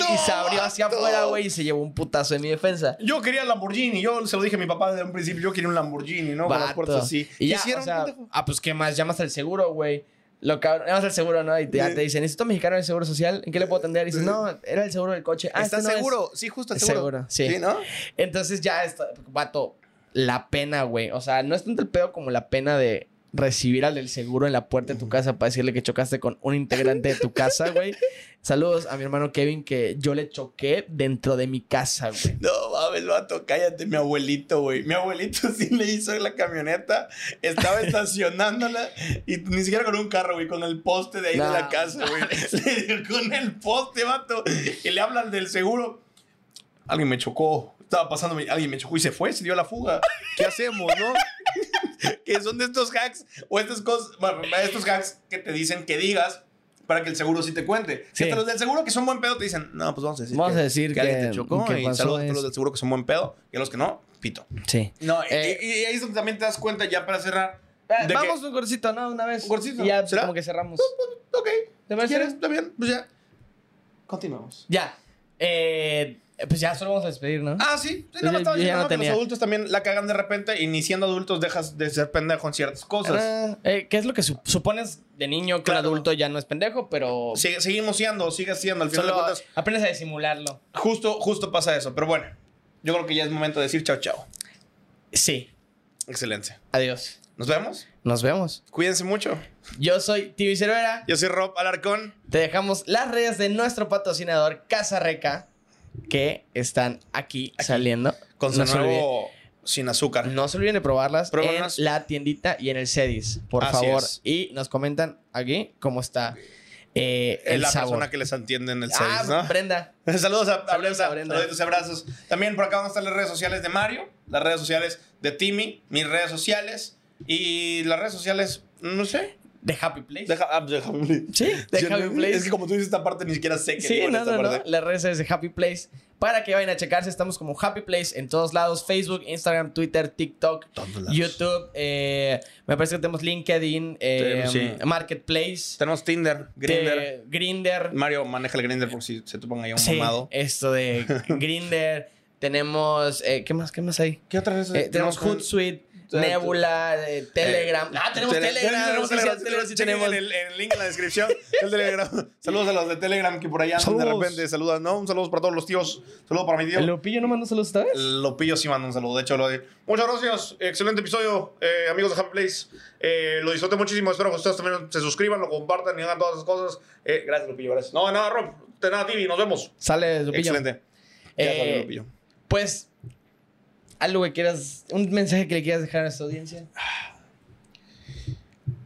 y se abrió hacia
vato.
afuera, güey, y se llevó un putazo en mi defensa.
Yo quería Lamborghini. Yo se lo dije a mi papá desde un principio. Yo quería un Lamborghini, ¿no? Con las
Vato.
puertas así.
Y
¿Qué
ya,
hicieron,
o sea,
pendejo?
ah, pues qué más, llamas al seguro, güey. Lo cabrón, llamas al seguro, ¿no? Y te, ya te dicen, ¿necesito mexicano del seguro social? ¿En qué le puedo atender? Y dices, no, era el seguro del coche. Ah,
¿Estás
este no es".
seguro? Sí, justo, ¿estás seguro.
Seguro, sí.
¿no?
Entonces ya, esto, vato, la pena, güey. O sea, no es tanto el pedo como la pena de recibir al del seguro en la puerta de tu casa para decirle que chocaste con un integrante de tu casa, güey. Saludos a mi hermano Kevin que yo le choqué dentro de mi casa, güey.
No mames, vato, cállate, mi abuelito, güey. Mi abuelito sí le hizo la camioneta, estaba estacionándola y ni siquiera con un carro, güey, con el poste de ahí de
No.
la casa, güey. Le dio con el poste, vato, y le hablan del seguro. Alguien me chocó, estaba pasando, alguien me chocó y se fue, se dio la fuga. ¿Qué hacemos, no? que son de estos hacks o estas cosas, bueno, estos hacks que te dicen que digas para que el seguro sí te cuente.
Sí.
Que hasta los del seguro que son buen pedo te dicen, no, pues vamos a decir,
Vamos a decir que-
alguien te chocó
que
y
pasó
saludos a todos
esto".
los del seguro que son buen pedo y a los que no, pito.
Sí.
No,
Eh,
y, y ahí es donde también te das cuenta ya para cerrar. de
Vamos
que-
un cortito, ¿no? Una vez.
Un cortito.
Y ya
¿Será?
como que cerramos.
ok,
¿Te parece?
¿quieres? Está bien, pues ya. Continuamos.
Ya. Eh, pues ya solo vamos a despedir, ¿no?
Ah, sí. sí,
Pues Yo
no,
ya-
me estaba
yo ya
diciendo
no
¿no? que los
tenía.
adultos también la cagan de repente y ni siendo adultos dejas de ser pendejo en ciertas cosas.
Ah, eh, ¿Qué es lo que su- supones de niño que
Claro.
un adulto ya no es pendejo, pero
Sigue- seguimos siendo, sigue siendo. Al final de
solo
cuentas,
aprendes a disimularlo?
Justo, justo pasa eso. Pero bueno, yo creo que ya es momento de decir chao, chao.
Sí.
Excelente.
Adiós.
Nos vemos.
Nos vemos.
Cuídense mucho.
Yo soy Tibi Cervera.
Yo soy Rob Alarcón.
Te dejamos las redes de nuestro patrocinador Casa Reca que están aquí, saliendo.
Con su
no, se olviden,
nuevo sin azúcar.
no se olviden de probarlas
Pruébalas.
en la tiendita y en el Cedis, por
Así
favor.
es.
Y nos comentan aquí cómo está eh,
Es
el
la
sabor.
persona que les entiende en el
ah,
6, ¿no?
Brenda.
Saludos a, a
Saludos
Brenda.
a Brenda.
Saluditos y abrazos. También por acá van a estar las redes sociales de Mario, las redes sociales de Timmy, mis redes sociales y las redes sociales, no sé.
De Happy Place.
Deja, ah, de Happy Place.
sí, de
Yo-
Happy Place.
Es que como tú dices esta parte, ni siquiera sé que
Sí,
digo en
no,
esta
no, no.
parte.
Las redes sociales de Happy Place. Para que vayan a checarse, estamos como Happy Place en todos lados: Facebook, Instagram, Twitter, TikTok,
Todos lados.
YouTube. eh, me parece que tenemos LinkedIn, eh,
Tenemos, sí.
Marketplace,
Tenemos Tinder, Grindr.
eh, Grindr.
Mario maneja el grinder por si se topan ahí un
Sí,
mamado.
esto de Grindr. tenemos. eh, ¿Qué más? ¿Qué más hay?
¿Qué otras veces?
Eh, tenemos Hootsuite, Nebula, eh, Telegram. ah, tenemos Telegram.
Tenemos
sí, sí,
Telegram.
Telegram, sí,
Chequen
tenemos.
El, el link en la descripción. El Telegram. Saludos a los de Telegram que por allá andan de
Saludos.
repente. Saludan, ¿no? Un saludo para todos los tíos. Saludo para mi tío.
¿El Lupillo no mandó saludos esta vez?
Lopillo sí manda un saludo. De hecho, lo de... Muchas gracias. Excelente episodio, eh, amigos de Happy Place. Eh, lo disfruté muchísimo. Espero que ustedes también se suscriban, lo compartan y hagan todas esas cosas. Eh, gracias, Lopillo. Gracias. No, de nada, Rob. De nada, Tibi. Nos vemos.
Sale Lupillo.
Excelente. Ya
Eh,
salió Lopillo.
Pues, algo que quieras, un mensaje que le quieras dejar a nuestra audiencia.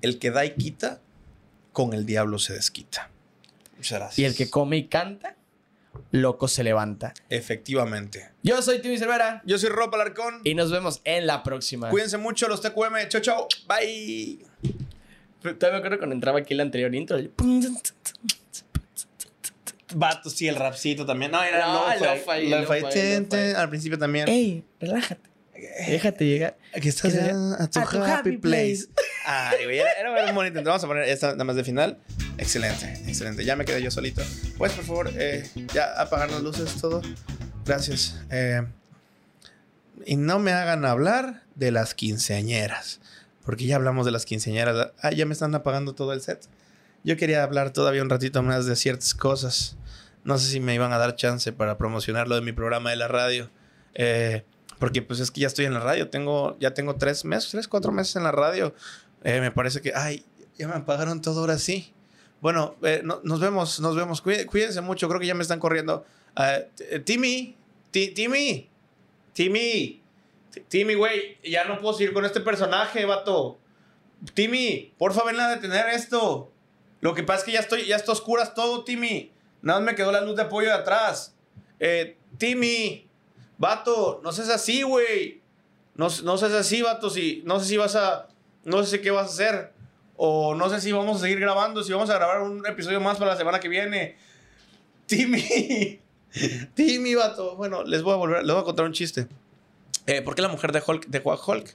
El que da y quita, con el diablo se desquita. Muchas gracias.
Y el que come y canta, loco se levanta.
Efectivamente.
Yo soy Timmy Cervera
Yo soy Rob Alarcón.
y nos vemos en la próxima.
Cuídense mucho, los TQM. Chao, chao. Bye.
Todavía me acuerdo cuando entraba aquí el anterior intro. el-
Vato, sí, el rapcito también. No, era
No,
lo-fi.
lo-fi,
Lo-fi.
lo-fi,
Tin, tin.
lo-fi.
Al principio también.
¡Ey! Relájate. Déjate llegar.
Aquí estás
¿qué sería?
ya a tu
A tu
happy
happy
place.
Ay, güey, era, era muy bonito. Entonces, Vamos a poner esta nada más de final. Excelente, excelente. Ya me quedé yo solito. Pues, por favor, eh, ya apagar las luces, todo. Gracias. Eh, y no me hagan hablar de las quinceañeras. Porque ya hablamos de las quinceañeras. Ah, ya me están apagando todo el set. Yo quería hablar todavía un ratito más de ciertas cosas. No sé si me iban a dar chance para promocionar lo de mi programa de la radio. Eh, porque pues es que ya estoy en la radio. Tengo, ya tengo tres meses, tres, cuatro meses en la radio. Eh, me parece que, ay, ya me apagaron todo ahora sí. Bueno, eh, no- nos vemos, nos vemos. Cuí- Cuídense mucho, creo que ya me están corriendo. Ah, t- eh, Timmy, Ti- Timmy, Timmy, Ti- Timmy, güey, ya no puedo seguir con este personaje, vato. Timmy, porfa, ven a detener esto. Lo que pasa es que ya estoy, ya está a oscuras todo, Timmy. Nada más me quedó la luz de apoyo de atrás. Eh, Timmy, vato, no seas así, güey. No, no seas así, vato. Si, no sé si vas a. No sé qué vas a hacer. O no sé si vamos a seguir grabando. Si vamos a grabar un episodio más para la semana que viene. Timmy. Timmy, vato. Bueno, les voy a volver. Les voy a contar un chiste. Eh, ¿Por qué la mujer de Hulk dejó a Hulk?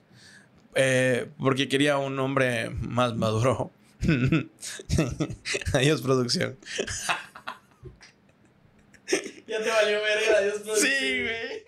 Eh, porque quería un hombre más maduro. Adiós, producción.
Ya te valió verga, Dios
Sí, güey.